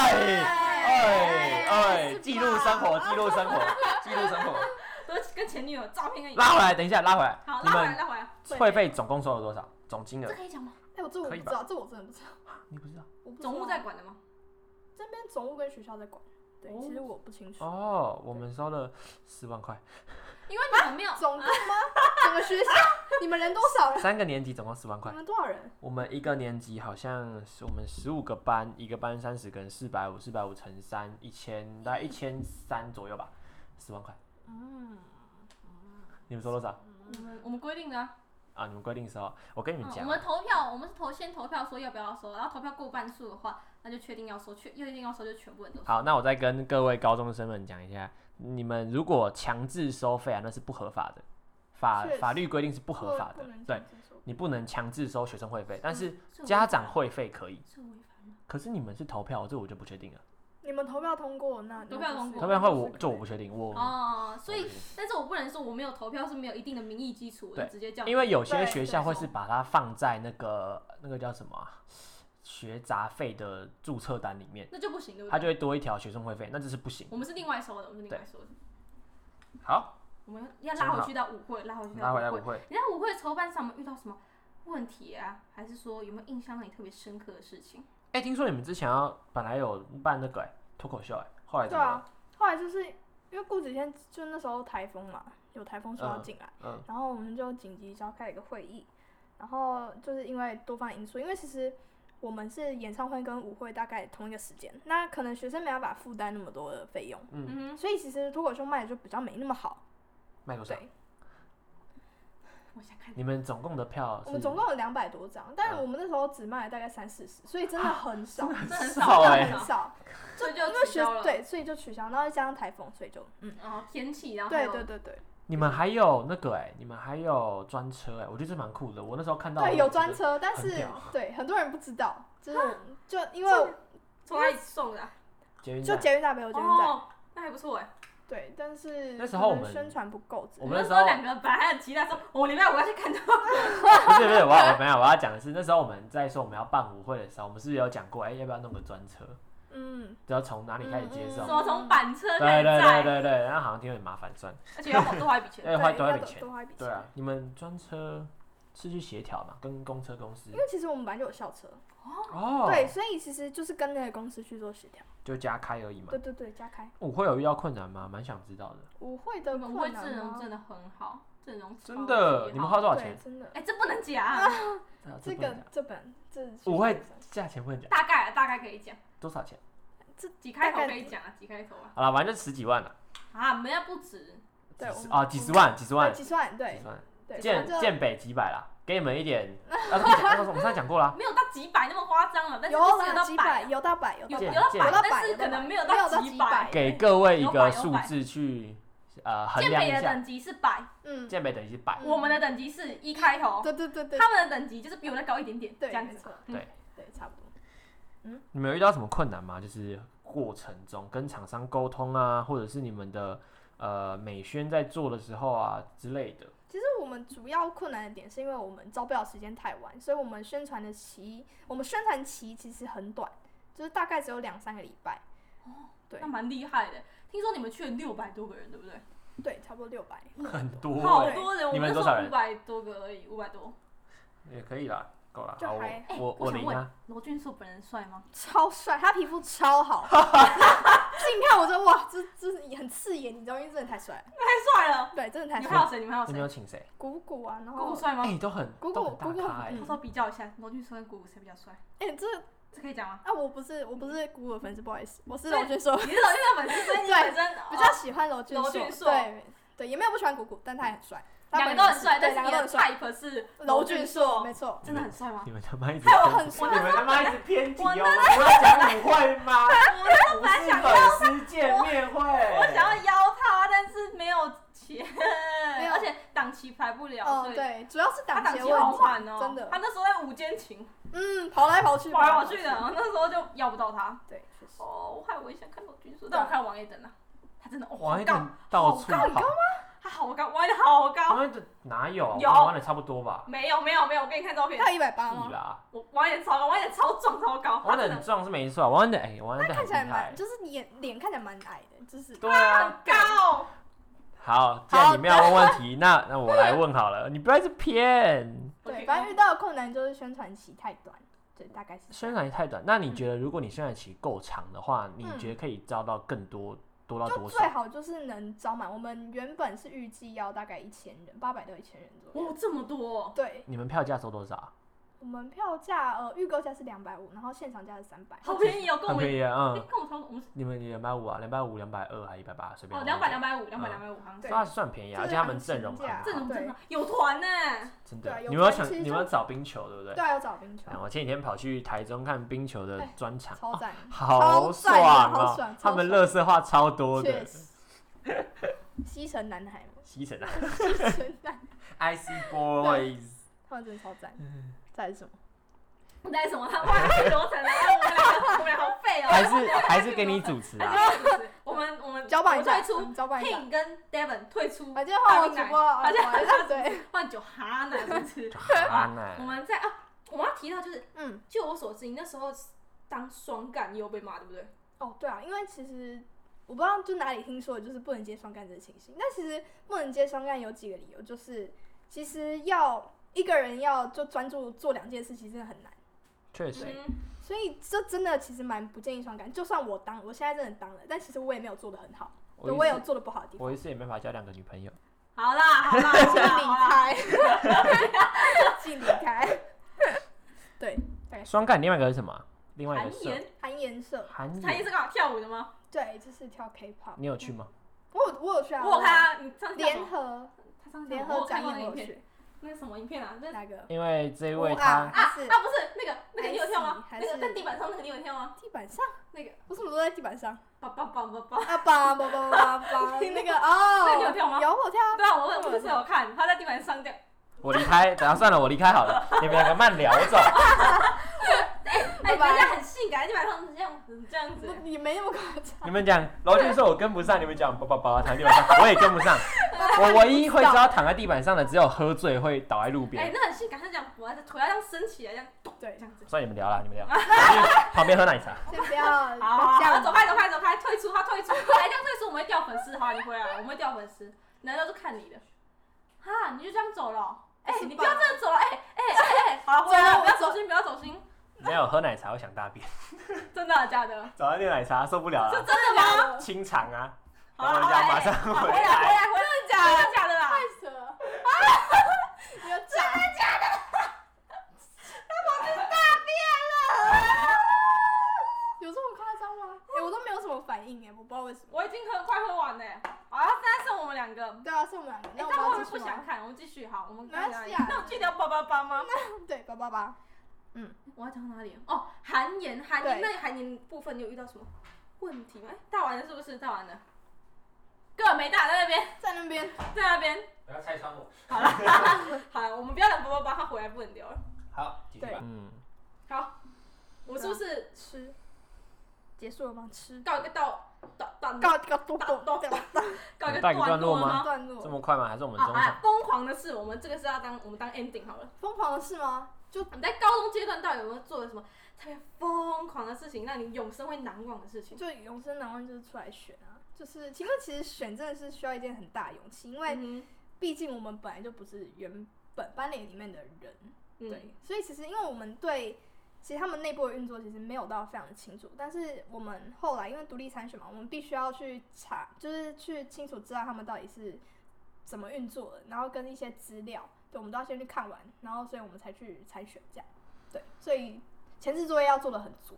[SPEAKER 1] 哎
[SPEAKER 3] 是
[SPEAKER 1] 哎！
[SPEAKER 3] 吧
[SPEAKER 1] 记录生活，记录生 活，记录生活。
[SPEAKER 2] 都是跟前女友照片跟影片。
[SPEAKER 1] 拉回来，等一下，拉回来。
[SPEAKER 2] 好，
[SPEAKER 1] 你
[SPEAKER 2] 拉回来，
[SPEAKER 1] 们
[SPEAKER 2] 拉回来。
[SPEAKER 1] 会费总共收了多少？总金
[SPEAKER 2] 这
[SPEAKER 1] 额？
[SPEAKER 2] 可以讲吗？啊
[SPEAKER 3] 哎，我这我
[SPEAKER 1] 可
[SPEAKER 3] 不
[SPEAKER 1] 以
[SPEAKER 3] 知
[SPEAKER 1] 吧
[SPEAKER 3] 道，这我真的不知道。
[SPEAKER 1] 你不知道？
[SPEAKER 3] 我不知道
[SPEAKER 2] 总务在管的吗？
[SPEAKER 3] 这边总务跟学校在管，对，
[SPEAKER 2] 哦
[SPEAKER 3] 其实我不清楚。
[SPEAKER 1] 哦，我们收了四万块，
[SPEAKER 2] 因为你们没有，
[SPEAKER 3] 总 共吗？整个学校你们人多少人？
[SPEAKER 1] 三个年级总共四万块
[SPEAKER 3] 你。们多少人？
[SPEAKER 1] 我们一个年级好像是我们十五个班，一个班三十个人，四百五，四百五乘三，一千，大概一千三左右吧，十万块。
[SPEAKER 3] 嗯，
[SPEAKER 1] 你们收多少
[SPEAKER 2] 我们我们规定的啊。
[SPEAKER 1] 啊？你们规定收？我跟你们
[SPEAKER 2] 嗯我
[SPEAKER 1] 讲啊，
[SPEAKER 2] 们投票，我们是投先投票说要不要收，然后投票过半数的话，那就确定要收，确确定要收就全部人都收。
[SPEAKER 1] 好，那我再跟各位高中生们讲一下，你们如果强制收费啊，那是不合法的，法
[SPEAKER 3] 确实
[SPEAKER 1] 法律规定是不合法
[SPEAKER 3] 不
[SPEAKER 1] 的
[SPEAKER 3] 能，
[SPEAKER 1] 对
[SPEAKER 3] 讲，清楚，
[SPEAKER 1] 你不能强制收学生会费，但是
[SPEAKER 2] 嗯
[SPEAKER 1] 家长会费可以。
[SPEAKER 2] 是违反了，
[SPEAKER 1] 可是你们是投票，这我就不确定了。
[SPEAKER 3] 你们投票通过，那
[SPEAKER 2] 投票通过
[SPEAKER 1] 投票会
[SPEAKER 3] 会
[SPEAKER 1] 我这我不确定，我
[SPEAKER 2] 哦，所以
[SPEAKER 1] 对，
[SPEAKER 2] 但是我不能说我没有投票是没有一定的民意基础，我就
[SPEAKER 1] 对
[SPEAKER 2] 直接叫你。
[SPEAKER 1] 因为有些
[SPEAKER 3] 对
[SPEAKER 1] 学校
[SPEAKER 3] 对
[SPEAKER 1] 会
[SPEAKER 3] 错
[SPEAKER 1] 是把它放在那个那个叫什么啊学杂费的注册单里面，
[SPEAKER 2] 那就不行，对不
[SPEAKER 1] 它
[SPEAKER 2] 对？
[SPEAKER 1] 就会多一条学生会费，那这是不行。
[SPEAKER 2] 我们是另外收的，我们是另外收的。
[SPEAKER 1] 好，
[SPEAKER 2] 我们要拉回去到舞会，拉回去
[SPEAKER 1] 拉
[SPEAKER 2] 到舞
[SPEAKER 1] 回来
[SPEAKER 2] 会
[SPEAKER 1] 舞。会，
[SPEAKER 2] 你在舞会筹办上，我们遇到什么问题啊？还是说有没有印象让你特别深刻的事情？
[SPEAKER 1] 哎、听说你们之前要本来有办那个哎、脱口秀哎、后来怎
[SPEAKER 3] 对
[SPEAKER 1] 么了？
[SPEAKER 3] 啊，后来就是因为过几天就那时候台风嘛，有台风说要
[SPEAKER 1] 嗯
[SPEAKER 3] 进来，
[SPEAKER 1] 嗯，
[SPEAKER 3] 然后我们就紧急召开一个会议，然后就是因为多方因素，因为其实我们是演唱会跟舞会大概同一个时间，那可能学生没办法负担那么多的费用，
[SPEAKER 2] 嗯
[SPEAKER 3] 所以其实脱口秀卖的就比较没那么好。
[SPEAKER 1] 卖多少？
[SPEAKER 3] 对，
[SPEAKER 2] 哼，我想看。
[SPEAKER 1] 你们总共的票啊
[SPEAKER 3] 我
[SPEAKER 1] 是
[SPEAKER 3] 们总共有两百多张，但
[SPEAKER 1] 嗯
[SPEAKER 3] 我们那时候只卖了大概三四十，所以
[SPEAKER 1] 啊
[SPEAKER 3] 真的很少，真
[SPEAKER 2] 的很
[SPEAKER 1] 少
[SPEAKER 3] 的
[SPEAKER 1] 欸
[SPEAKER 3] 很少。
[SPEAKER 2] 所以就
[SPEAKER 3] 因为
[SPEAKER 2] 取消
[SPEAKER 3] 学
[SPEAKER 2] 了。，
[SPEAKER 3] 对，所以就取消，然后再加上台风，所以就嗯，
[SPEAKER 2] 哦，天气，然后还
[SPEAKER 3] 对
[SPEAKER 2] 有
[SPEAKER 3] 对对对
[SPEAKER 1] 你们还有那个哎、你们还有专车哎、我觉得这蛮酷的。我那时候看到
[SPEAKER 3] 对，
[SPEAKER 1] 我
[SPEAKER 3] 有
[SPEAKER 1] 就觉
[SPEAKER 3] 专
[SPEAKER 1] 得
[SPEAKER 3] 车，但是
[SPEAKER 1] 屌
[SPEAKER 3] 对很多人不知道，就是我们就因
[SPEAKER 2] 啊这
[SPEAKER 3] 为
[SPEAKER 2] 从哪里送的啊？
[SPEAKER 1] 捷运
[SPEAKER 3] 就
[SPEAKER 1] 站
[SPEAKER 3] 捷运大北有捷运站。
[SPEAKER 2] 哦，那还不错哎。
[SPEAKER 3] 对，但是
[SPEAKER 1] 那时
[SPEAKER 3] 可
[SPEAKER 1] 候我
[SPEAKER 3] 能
[SPEAKER 1] 们
[SPEAKER 3] 宣传不够之类的，
[SPEAKER 1] 我们那时
[SPEAKER 2] 时
[SPEAKER 1] 候
[SPEAKER 2] 候两个人本来还有急他说，我礼哦拜五要去看到。
[SPEAKER 1] 不是不是，我要我没有我要讲的是，那时候我们在说我们要办舞会的时候，我们是不是有讲过哎、要不要弄个专车？
[SPEAKER 3] 嗯，
[SPEAKER 1] 只要从哪里开始接受？
[SPEAKER 2] 什么从板车开
[SPEAKER 1] 对对
[SPEAKER 2] 始
[SPEAKER 1] 对
[SPEAKER 2] 载，
[SPEAKER 1] 对对，那好像挺有点麻烦，算了。
[SPEAKER 2] 而且要多花一笔 钱。
[SPEAKER 1] 要花
[SPEAKER 3] 对
[SPEAKER 1] 多花
[SPEAKER 3] 要
[SPEAKER 1] 点
[SPEAKER 3] 多
[SPEAKER 1] 钱。
[SPEAKER 3] 多花一笔钱。
[SPEAKER 1] 对啊，你们专车是去协调嘛，跟公车公司
[SPEAKER 3] 因为其实我们本来就有校车，
[SPEAKER 1] 哦，
[SPEAKER 3] 对，，所以其实就是跟那个公司去做协调。
[SPEAKER 1] 就加开而已嘛
[SPEAKER 3] 对。对对，加开
[SPEAKER 1] 舞会有遇到困难吗？蛮想知道的。
[SPEAKER 3] 舞会
[SPEAKER 2] 你
[SPEAKER 3] 的
[SPEAKER 2] 们会
[SPEAKER 3] 困难
[SPEAKER 2] 阵容
[SPEAKER 3] 吗
[SPEAKER 2] 真的很好，阵容超
[SPEAKER 1] 真的，
[SPEAKER 2] 级
[SPEAKER 1] 你们
[SPEAKER 2] 好
[SPEAKER 1] 花多少
[SPEAKER 3] 对
[SPEAKER 1] 钱，？
[SPEAKER 3] 真的，
[SPEAKER 2] 哎，这不能讲，
[SPEAKER 1] 对啊
[SPEAKER 3] 这
[SPEAKER 1] 不能
[SPEAKER 3] 个
[SPEAKER 1] 讲
[SPEAKER 3] 这本这
[SPEAKER 1] 舞会价钱不能讲，
[SPEAKER 2] 大概啊大概可以讲，
[SPEAKER 1] 多少钱？
[SPEAKER 2] 几开头
[SPEAKER 3] 大概
[SPEAKER 2] 可以讲啊，几开头啊，
[SPEAKER 1] 好了，反正就十几万了，
[SPEAKER 2] 啊，没有不止，
[SPEAKER 3] 对
[SPEAKER 1] 几十
[SPEAKER 3] 我们
[SPEAKER 1] 啊，几十万，几十万，
[SPEAKER 3] 几十万，
[SPEAKER 1] 几
[SPEAKER 3] 对
[SPEAKER 1] 十万。
[SPEAKER 3] 对，
[SPEAKER 1] 建
[SPEAKER 3] 反正
[SPEAKER 1] 建北几百啦，给你们一点。啊，这个讲啊这个我们上次讲过 啦，
[SPEAKER 2] 没有到几百那么夸张啊了，但是
[SPEAKER 3] 有
[SPEAKER 2] 就是
[SPEAKER 3] 啦，
[SPEAKER 2] 到
[SPEAKER 3] 几
[SPEAKER 2] 百啊
[SPEAKER 3] 百，，有到百，有
[SPEAKER 2] 有
[SPEAKER 3] 到
[SPEAKER 1] 见
[SPEAKER 2] 有
[SPEAKER 3] 百，
[SPEAKER 2] 到
[SPEAKER 1] 见
[SPEAKER 2] 百，但
[SPEAKER 3] 有
[SPEAKER 2] 是
[SPEAKER 3] 到
[SPEAKER 2] 可能
[SPEAKER 3] 百
[SPEAKER 2] 没有
[SPEAKER 3] 没有到
[SPEAKER 2] 几
[SPEAKER 3] 几百
[SPEAKER 1] 给各位一个
[SPEAKER 2] 有百有
[SPEAKER 1] 数
[SPEAKER 2] 百
[SPEAKER 1] 字去呃衡
[SPEAKER 2] 健
[SPEAKER 1] 量
[SPEAKER 2] 北
[SPEAKER 1] 一
[SPEAKER 2] 的
[SPEAKER 1] 下。
[SPEAKER 2] 等级是百，
[SPEAKER 3] 嗯，
[SPEAKER 1] 健北等于是百，
[SPEAKER 3] 嗯
[SPEAKER 2] 我们的等级是一开头，
[SPEAKER 3] 对对对对
[SPEAKER 2] 他们的等级就是比我们再高一点点，这
[SPEAKER 3] 对，
[SPEAKER 2] 样
[SPEAKER 3] 没
[SPEAKER 2] 子。
[SPEAKER 3] 错，嗯
[SPEAKER 1] 对
[SPEAKER 3] 对，差不多。
[SPEAKER 1] 你们有遇到什么困难吗？就是过程中跟厂商沟通啊，或者是你们的呃美宣在做的时候啊之类的。
[SPEAKER 3] 其实我们主要困难的点是因为我们招标时间太晚，所以我们宣传的期，我们宣传期其实很短，就是大概只有两三个礼拜。对
[SPEAKER 1] 哦
[SPEAKER 2] 那蛮厉害的。听说你们去了六百多个人，对不对？
[SPEAKER 3] 对，差不多六百。嗯
[SPEAKER 1] 很多
[SPEAKER 2] 好
[SPEAKER 1] 欸
[SPEAKER 2] 多人，我
[SPEAKER 1] 你们
[SPEAKER 2] 那时
[SPEAKER 1] 多少
[SPEAKER 2] 候
[SPEAKER 1] 人
[SPEAKER 2] 五百多个而已，五百多。
[SPEAKER 1] 也可以啦，够了。
[SPEAKER 3] 就
[SPEAKER 1] 好，我
[SPEAKER 3] 还
[SPEAKER 2] 哎
[SPEAKER 1] 我
[SPEAKER 2] 我想
[SPEAKER 1] 零
[SPEAKER 2] 问
[SPEAKER 1] 啊，
[SPEAKER 2] 罗俊硕本人帅吗？
[SPEAKER 3] 超帅，他皮肤 超好，近看我就哇，这这是很刺眼，你知道，因为真的太帅了，
[SPEAKER 2] 太帅了！
[SPEAKER 3] 对，真的
[SPEAKER 2] 你
[SPEAKER 3] 太
[SPEAKER 2] 们
[SPEAKER 3] 帅
[SPEAKER 2] 还
[SPEAKER 3] 了。
[SPEAKER 2] 有谁？你们还有
[SPEAKER 1] 那你
[SPEAKER 2] 谁？
[SPEAKER 1] 要请谁？
[SPEAKER 3] 鼓鼓啊，然
[SPEAKER 2] 姑
[SPEAKER 3] 后
[SPEAKER 2] 姑帅吗？
[SPEAKER 1] 哎，都很
[SPEAKER 3] 姑姑
[SPEAKER 1] 都很大
[SPEAKER 3] 姑姑
[SPEAKER 1] 咖哎
[SPEAKER 3] 嗯
[SPEAKER 2] 到时候比较一下，罗俊硕跟姑姑谁比较帅？
[SPEAKER 3] 哎、这
[SPEAKER 2] 这可以讲 吗？
[SPEAKER 3] 啊，我不是我不是鼓鼓的粉丝，不好意思，我是
[SPEAKER 2] 对
[SPEAKER 3] 娄俊硕，
[SPEAKER 2] 你是罗俊硕粉丝，所以你
[SPEAKER 3] 对
[SPEAKER 2] 本身哦
[SPEAKER 3] 比
[SPEAKER 2] 比
[SPEAKER 3] 较喜欢娄俊
[SPEAKER 2] 娄
[SPEAKER 3] 硕，
[SPEAKER 2] 俊硕
[SPEAKER 3] 对对，也没有不喜欢鼓鼓，但他也很帅，
[SPEAKER 2] 两个都很帅，但
[SPEAKER 3] 对，
[SPEAKER 2] 是
[SPEAKER 3] 两
[SPEAKER 2] 你
[SPEAKER 3] 个都
[SPEAKER 2] 的
[SPEAKER 3] 很帅，
[SPEAKER 2] type 是
[SPEAKER 3] 娄俊硕，
[SPEAKER 2] 硕，
[SPEAKER 3] 没错，
[SPEAKER 2] 真的很帅吗？
[SPEAKER 1] 你们他妈一直
[SPEAKER 3] 害我
[SPEAKER 1] 偏
[SPEAKER 3] 很
[SPEAKER 1] 题
[SPEAKER 3] 衰
[SPEAKER 1] 你们他妈一直偏题哦！
[SPEAKER 2] 我
[SPEAKER 1] 我
[SPEAKER 2] 那
[SPEAKER 1] 要讲舞会吗？
[SPEAKER 2] 我
[SPEAKER 1] 不
[SPEAKER 2] 本来
[SPEAKER 1] 是
[SPEAKER 2] 想
[SPEAKER 1] 粉丝见面会，我
[SPEAKER 2] 我想要邀他，但是没有钱，
[SPEAKER 3] 有
[SPEAKER 2] 而且档期排不了，
[SPEAKER 3] 嗯，
[SPEAKER 2] 啊所以
[SPEAKER 3] 对，主要是
[SPEAKER 2] 他
[SPEAKER 3] 档
[SPEAKER 2] 档
[SPEAKER 3] 期
[SPEAKER 2] 期
[SPEAKER 3] 的问
[SPEAKER 2] 好满
[SPEAKER 3] 题，
[SPEAKER 2] 哦。
[SPEAKER 3] 真的
[SPEAKER 2] 他，那时候在午间情，
[SPEAKER 3] 嗯，跑来跑去，
[SPEAKER 2] 跑来跑去的，，那时候就要不到他。
[SPEAKER 3] 对，确实，
[SPEAKER 2] 哦，我害我也想看到军叔，但我看王一等啊，他真的哦，
[SPEAKER 1] 王
[SPEAKER 2] 好
[SPEAKER 1] 一
[SPEAKER 2] 高
[SPEAKER 1] 等，到处
[SPEAKER 2] 好高
[SPEAKER 1] 跑，
[SPEAKER 2] 他好高，王一等好高。
[SPEAKER 1] 王一等哪有啊？
[SPEAKER 2] 有
[SPEAKER 1] 我们玩的差不多吧？
[SPEAKER 2] 没有没有没有，我给你看照片，
[SPEAKER 3] 他有一百八
[SPEAKER 1] 屁
[SPEAKER 3] 吗？
[SPEAKER 1] 啦！
[SPEAKER 2] 我王一等超高，王一等超壮超高，他
[SPEAKER 1] 王一
[SPEAKER 2] 真
[SPEAKER 1] 等
[SPEAKER 2] 的
[SPEAKER 1] 壮是没错啊，王一等哎，王一等
[SPEAKER 3] 看
[SPEAKER 1] 很
[SPEAKER 3] 起来
[SPEAKER 1] 厉
[SPEAKER 3] 蛮，
[SPEAKER 1] 害，
[SPEAKER 3] 就是脸脸看起来蛮矮的，就是
[SPEAKER 1] 对啊。
[SPEAKER 2] 很高。
[SPEAKER 1] 好，既然你们要问问题，那那我来问好了。你不要一直偏，
[SPEAKER 3] 对，反正遇到的困难就是宣传期太短，对，大概是这
[SPEAKER 1] 宣
[SPEAKER 3] 样。
[SPEAKER 1] 传期太短。那你觉得，如果你宣传期够长的话，你
[SPEAKER 3] 嗯
[SPEAKER 1] 觉得可以招到更多，多到
[SPEAKER 3] 就
[SPEAKER 1] 多
[SPEAKER 3] 最
[SPEAKER 1] 少？
[SPEAKER 3] 好就是能招满，我们原本是预计要大概一千人，八百到一千人左右。
[SPEAKER 2] 哦，这么多哦，
[SPEAKER 3] 对，
[SPEAKER 1] 你们票价收多少啊？
[SPEAKER 3] 我们票价呃预购价是两百五，然后现场价是三百。
[SPEAKER 2] 好便宜哦，跟我
[SPEAKER 1] 很
[SPEAKER 2] 们
[SPEAKER 1] 便宜啊，
[SPEAKER 2] 哎
[SPEAKER 1] 嗯，
[SPEAKER 2] 跟我们差不多，我们是
[SPEAKER 1] 你们两百五啊，两百五、两百二还一百八，随便。
[SPEAKER 2] 哦两百两，百五两
[SPEAKER 1] 嗯
[SPEAKER 2] 百两百五好像是
[SPEAKER 3] 对
[SPEAKER 1] 那算便宜啊，而且他们
[SPEAKER 3] 这
[SPEAKER 1] 阵
[SPEAKER 3] 是
[SPEAKER 1] 容
[SPEAKER 3] 行情价
[SPEAKER 1] 很
[SPEAKER 2] 阵
[SPEAKER 1] 好
[SPEAKER 2] 容
[SPEAKER 3] 对
[SPEAKER 2] 真的有团呢、
[SPEAKER 1] 真
[SPEAKER 3] 对
[SPEAKER 1] 的
[SPEAKER 3] 啊。有
[SPEAKER 1] 你们要
[SPEAKER 3] 团
[SPEAKER 1] 想，
[SPEAKER 3] 其实
[SPEAKER 1] 你
[SPEAKER 3] 就
[SPEAKER 1] 们要找冰球对不对？
[SPEAKER 3] 对啊，有找冰球
[SPEAKER 1] 啊，，我前几天跑去台中看冰球的
[SPEAKER 3] 哎
[SPEAKER 1] 专场，
[SPEAKER 3] 超赞，
[SPEAKER 1] 好
[SPEAKER 3] 超
[SPEAKER 1] 爽
[SPEAKER 3] 赞啊好
[SPEAKER 1] 哦
[SPEAKER 3] 爽！
[SPEAKER 1] 他们乐色话超多
[SPEAKER 3] 确
[SPEAKER 1] 的，
[SPEAKER 3] 实。西城男孩嘛，
[SPEAKER 1] 西城啊
[SPEAKER 3] 西城男孩，
[SPEAKER 1] ，IC Boys。
[SPEAKER 3] 他们真的超赞。再来是什么？
[SPEAKER 2] 不带什么他外面流程，然后我们两个我们俩好废哦。
[SPEAKER 1] 还是还是给你主持 啊？
[SPEAKER 2] 我们我们
[SPEAKER 3] 交棒一下，
[SPEAKER 2] 我退出
[SPEAKER 3] 嗯交棒一下。
[SPEAKER 2] ，King 跟 Devon 退出，
[SPEAKER 3] 啊，今天换我主
[SPEAKER 2] 大冰奶
[SPEAKER 3] 播了，
[SPEAKER 2] 好像
[SPEAKER 3] 我 要啊对，
[SPEAKER 2] 换酒哈呢，是不是？
[SPEAKER 1] 安呢、
[SPEAKER 2] 我们在啊，我们要提到就是，
[SPEAKER 3] 嗯，
[SPEAKER 2] 据我所知，你那时候当双干，你有被骂对不对？
[SPEAKER 3] 哦，对啊，因为其实我不知道就哪里听说的，就是不能接双干这个情形。那其实不能接双干有几个理由，就是其实要一个人要就专注做两件事，其实真的很难。
[SPEAKER 1] 确实，
[SPEAKER 2] 嗯
[SPEAKER 3] 所以这真的其实蛮不建议双干。就算我当，我现在真的当了，但其实我也没有做的很好，对我
[SPEAKER 1] 我
[SPEAKER 3] 也
[SPEAKER 1] 一
[SPEAKER 3] 有
[SPEAKER 1] 次
[SPEAKER 3] 做的不好的地方。
[SPEAKER 1] 我一次也没法交两个女朋友。
[SPEAKER 2] 好啦好啦好
[SPEAKER 3] 请
[SPEAKER 2] 啦
[SPEAKER 3] 离
[SPEAKER 2] 好啦，
[SPEAKER 3] 开，请离开。对，
[SPEAKER 1] 双干另外一个是什么啊？另外一个
[SPEAKER 2] 韩
[SPEAKER 1] 是
[SPEAKER 2] 岩，
[SPEAKER 3] 韩颜社，
[SPEAKER 1] 韩
[SPEAKER 2] 韩岩
[SPEAKER 1] 岩，
[SPEAKER 2] 是干嘛跳舞的吗？
[SPEAKER 3] 对，就是跳 K-pop。
[SPEAKER 1] 你有去吗？
[SPEAKER 3] 我有我有去啊，
[SPEAKER 2] 我有看啊，你上次跳什
[SPEAKER 3] 联
[SPEAKER 2] 么
[SPEAKER 3] 合
[SPEAKER 2] 他上次跳
[SPEAKER 3] 联
[SPEAKER 2] 什么我
[SPEAKER 3] 合
[SPEAKER 2] 有看
[SPEAKER 3] 展
[SPEAKER 2] 过那个
[SPEAKER 3] 演我
[SPEAKER 2] 影
[SPEAKER 3] 有
[SPEAKER 2] 片，
[SPEAKER 3] 去，
[SPEAKER 2] 那是什么影片啊？那
[SPEAKER 3] 哪个？
[SPEAKER 1] 因为这一
[SPEAKER 3] 我
[SPEAKER 1] 位
[SPEAKER 3] 啊
[SPEAKER 1] 他，
[SPEAKER 2] 啊
[SPEAKER 3] 还是
[SPEAKER 2] 啊，不是那个那个你有跳吗？
[SPEAKER 3] 还
[SPEAKER 2] 那
[SPEAKER 3] 是
[SPEAKER 2] 个在地板上那个你有跳吗？
[SPEAKER 3] 地板上，
[SPEAKER 2] 那个
[SPEAKER 3] 我什么都在地板上。
[SPEAKER 2] 叭叭叭叭叭，
[SPEAKER 3] 啊吧吧吧吧 吧，那个哦，
[SPEAKER 2] 那你有跳吗
[SPEAKER 3] 有我跳啊，
[SPEAKER 2] 对啊，我我就是有看他在地板上掉。
[SPEAKER 1] 我离开， 等下算了，我离开好了，你们两个慢聊走。
[SPEAKER 2] 哎，
[SPEAKER 3] 拜
[SPEAKER 2] 人
[SPEAKER 3] 拜
[SPEAKER 2] 家很性感，在地板上这样子这样子
[SPEAKER 3] 不。也没那么夸张。
[SPEAKER 1] 你们讲，罗俊说我跟不上，你们讲叭叭叭躺地板上，我也跟不上。我唯一会知道躺在地板上的，只有喝醉会倒在路
[SPEAKER 2] 哎，
[SPEAKER 1] 边。
[SPEAKER 2] 那很性感，他这样脖子腿要这样升起来，这样咚
[SPEAKER 3] 对
[SPEAKER 2] 这样子。
[SPEAKER 1] 算你们聊啦，你们聊。我去旁边喝奶茶。
[SPEAKER 3] 先不要
[SPEAKER 2] 好好，
[SPEAKER 3] 这
[SPEAKER 2] 好
[SPEAKER 3] 样
[SPEAKER 2] 走开走开走开，退出他退出，哎，这样退出我们会掉粉丝，好，你回来，我们会掉粉丝，难道是看你的？哈，你就这样走了哦？哎，
[SPEAKER 3] 是吧
[SPEAKER 2] 你不要这样走了，哎哎哎哎，好了，回来了，
[SPEAKER 3] 走
[SPEAKER 2] 不要走心，不要走心，
[SPEAKER 1] 没有喝奶茶会想大便，
[SPEAKER 2] 真的假的？
[SPEAKER 1] 早上点奶茶受不了
[SPEAKER 2] 是
[SPEAKER 1] 了，
[SPEAKER 2] 真的吗？
[SPEAKER 1] 清肠啊，
[SPEAKER 2] 好
[SPEAKER 1] 然
[SPEAKER 2] 了
[SPEAKER 1] 后
[SPEAKER 2] 好
[SPEAKER 1] 人家
[SPEAKER 2] 了，哎
[SPEAKER 1] 马上
[SPEAKER 2] 好
[SPEAKER 1] 回
[SPEAKER 2] 回来回
[SPEAKER 1] 来。
[SPEAKER 2] 来回来，
[SPEAKER 3] 真的假
[SPEAKER 2] 真
[SPEAKER 3] 的
[SPEAKER 2] 的？假的啦？
[SPEAKER 3] 太扯 了！你有假的？哎有这么夸张吗？哎、我都没有什么反应哎、我不知道为什么。
[SPEAKER 2] 我已经很快喝完了，好，现在剩我们两个。
[SPEAKER 3] 对啊，是我们两个。
[SPEAKER 2] 哎，
[SPEAKER 3] 那我
[SPEAKER 2] 但我们
[SPEAKER 3] 们
[SPEAKER 2] 不
[SPEAKER 3] 要继续
[SPEAKER 2] 想
[SPEAKER 3] 吗？
[SPEAKER 2] 看，我们继续好，我们
[SPEAKER 3] 没关系啊
[SPEAKER 2] 那我记得要八八八吗？
[SPEAKER 3] 对，八八八。
[SPEAKER 2] 我要讲哪里啊？哦，韩言，韩言，
[SPEAKER 3] 对
[SPEAKER 2] 那韩言部分你有遇到什么问题吗？哎，大完了是不是？大完了，根本没大在那边，
[SPEAKER 3] 在那边。
[SPEAKER 2] 在那边。
[SPEAKER 1] 不要拆穿我。
[SPEAKER 2] 好了，好了，我们不要讲八八八，他回来不能聊了。
[SPEAKER 1] 好，继
[SPEAKER 3] 续吧对
[SPEAKER 1] 嗯，
[SPEAKER 2] 好，我们是不是
[SPEAKER 3] 吃，结束了吗？吃
[SPEAKER 2] 告一个到到到
[SPEAKER 3] 告告咚咚
[SPEAKER 2] 到
[SPEAKER 3] 咚
[SPEAKER 2] 告一个
[SPEAKER 1] 告一个段
[SPEAKER 2] 段
[SPEAKER 1] 落
[SPEAKER 2] 落
[SPEAKER 1] 吗
[SPEAKER 2] 吗？
[SPEAKER 3] 段
[SPEAKER 1] 这
[SPEAKER 3] 落。
[SPEAKER 1] 么快吗？还是我们
[SPEAKER 2] 啊
[SPEAKER 1] 中场？
[SPEAKER 2] 啊！疯狂的事，我们这个是要当我们当 ending 好了。
[SPEAKER 3] 疯狂的事吗？就
[SPEAKER 2] 你在高中阶段到底有没有做了什么特别疯狂的事情，让你永生会难忘的事情？
[SPEAKER 3] 就永生难忘就是出来选啊，就是其实其实选真的是需要一件很大的勇气，因为
[SPEAKER 2] 嗯
[SPEAKER 3] 毕竟我们本来就不是原本班里里面的人，
[SPEAKER 2] 哼，
[SPEAKER 3] 对，所以其实因为我们对其实他们内部的运作其实没有到非常的清楚，但是我们后来因为独立参选嘛，我们必须要去查，就是去清楚知道他们到底是怎么运作的，然后跟一些资料，对，我们都要先去看完，然后所以我们才去参选这样，对，所以前置作业要做的很足，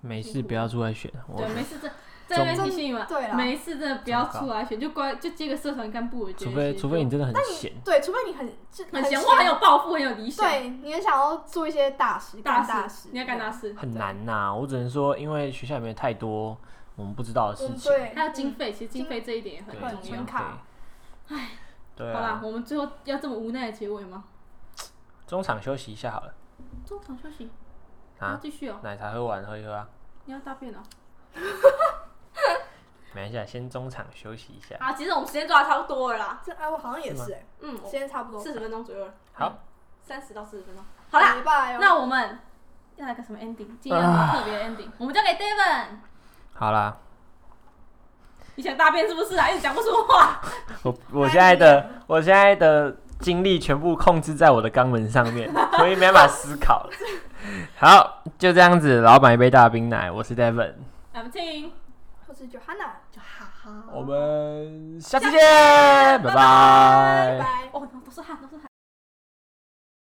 [SPEAKER 1] 没事，不要出来选。我
[SPEAKER 2] 对，没事， 这这边提醒你们，
[SPEAKER 3] 对啦
[SPEAKER 2] 没事，真的不要出来选，就乖，就接个社团干部。我觉得
[SPEAKER 1] 除非
[SPEAKER 2] 其实
[SPEAKER 1] 除非你
[SPEAKER 2] 就
[SPEAKER 1] 真的很闲，
[SPEAKER 3] 对，除非你很就
[SPEAKER 2] 很闲，我很有抱负，很有理想，
[SPEAKER 3] 对，你也想要做一些大事，
[SPEAKER 2] 大
[SPEAKER 3] 干大事，
[SPEAKER 2] 你要干大事，
[SPEAKER 1] 很难呐、我只能说，因为学校里面有太多我们不知道的
[SPEAKER 3] 对。我
[SPEAKER 1] 事
[SPEAKER 3] 们
[SPEAKER 1] 情。
[SPEAKER 3] 对，嗯
[SPEAKER 2] 还有经费，其实经费这一点也
[SPEAKER 1] 对，
[SPEAKER 2] 很
[SPEAKER 3] 很
[SPEAKER 2] 重
[SPEAKER 3] 重
[SPEAKER 2] 要
[SPEAKER 3] 要。卡
[SPEAKER 1] 对
[SPEAKER 2] 好啦
[SPEAKER 1] 啊，，
[SPEAKER 2] 我们最后要这么无奈的结尾吗？
[SPEAKER 1] 中场休息一下好了。
[SPEAKER 2] 中场休息，
[SPEAKER 1] 啊
[SPEAKER 2] 要继续哦，
[SPEAKER 1] 奶茶喝完喝一喝啊，
[SPEAKER 2] 你要大便哦了。
[SPEAKER 1] 没关系啊，先中场休息一下。
[SPEAKER 2] 啊，其实我们时间抓的差不多了啦，
[SPEAKER 3] 这哎，我好像也是哎，
[SPEAKER 2] 嗯，
[SPEAKER 3] 时间差不多，
[SPEAKER 2] 四十分钟左右了，
[SPEAKER 1] 好，
[SPEAKER 2] 三十到四十分钟。好啦，
[SPEAKER 3] 没办法哟，
[SPEAKER 2] 那我们要来个什么 ending？今天有什么特别的 ending？我们交给 David。
[SPEAKER 1] 好啦，
[SPEAKER 2] 你想大便是不是啊？一直讲不出话。
[SPEAKER 1] 我我现在的我现在的精力全部控制在我的肛门上面， 所以没办法思考了。好，就这样子，老板一杯大冰奶，我是 Devon，
[SPEAKER 2] I'm Ting，
[SPEAKER 3] 我是 Johanna，
[SPEAKER 2] 就哈哈。
[SPEAKER 1] 我们下次见，
[SPEAKER 2] 见
[SPEAKER 1] 拜
[SPEAKER 2] 拜
[SPEAKER 1] 拜
[SPEAKER 3] 拜。
[SPEAKER 2] 哦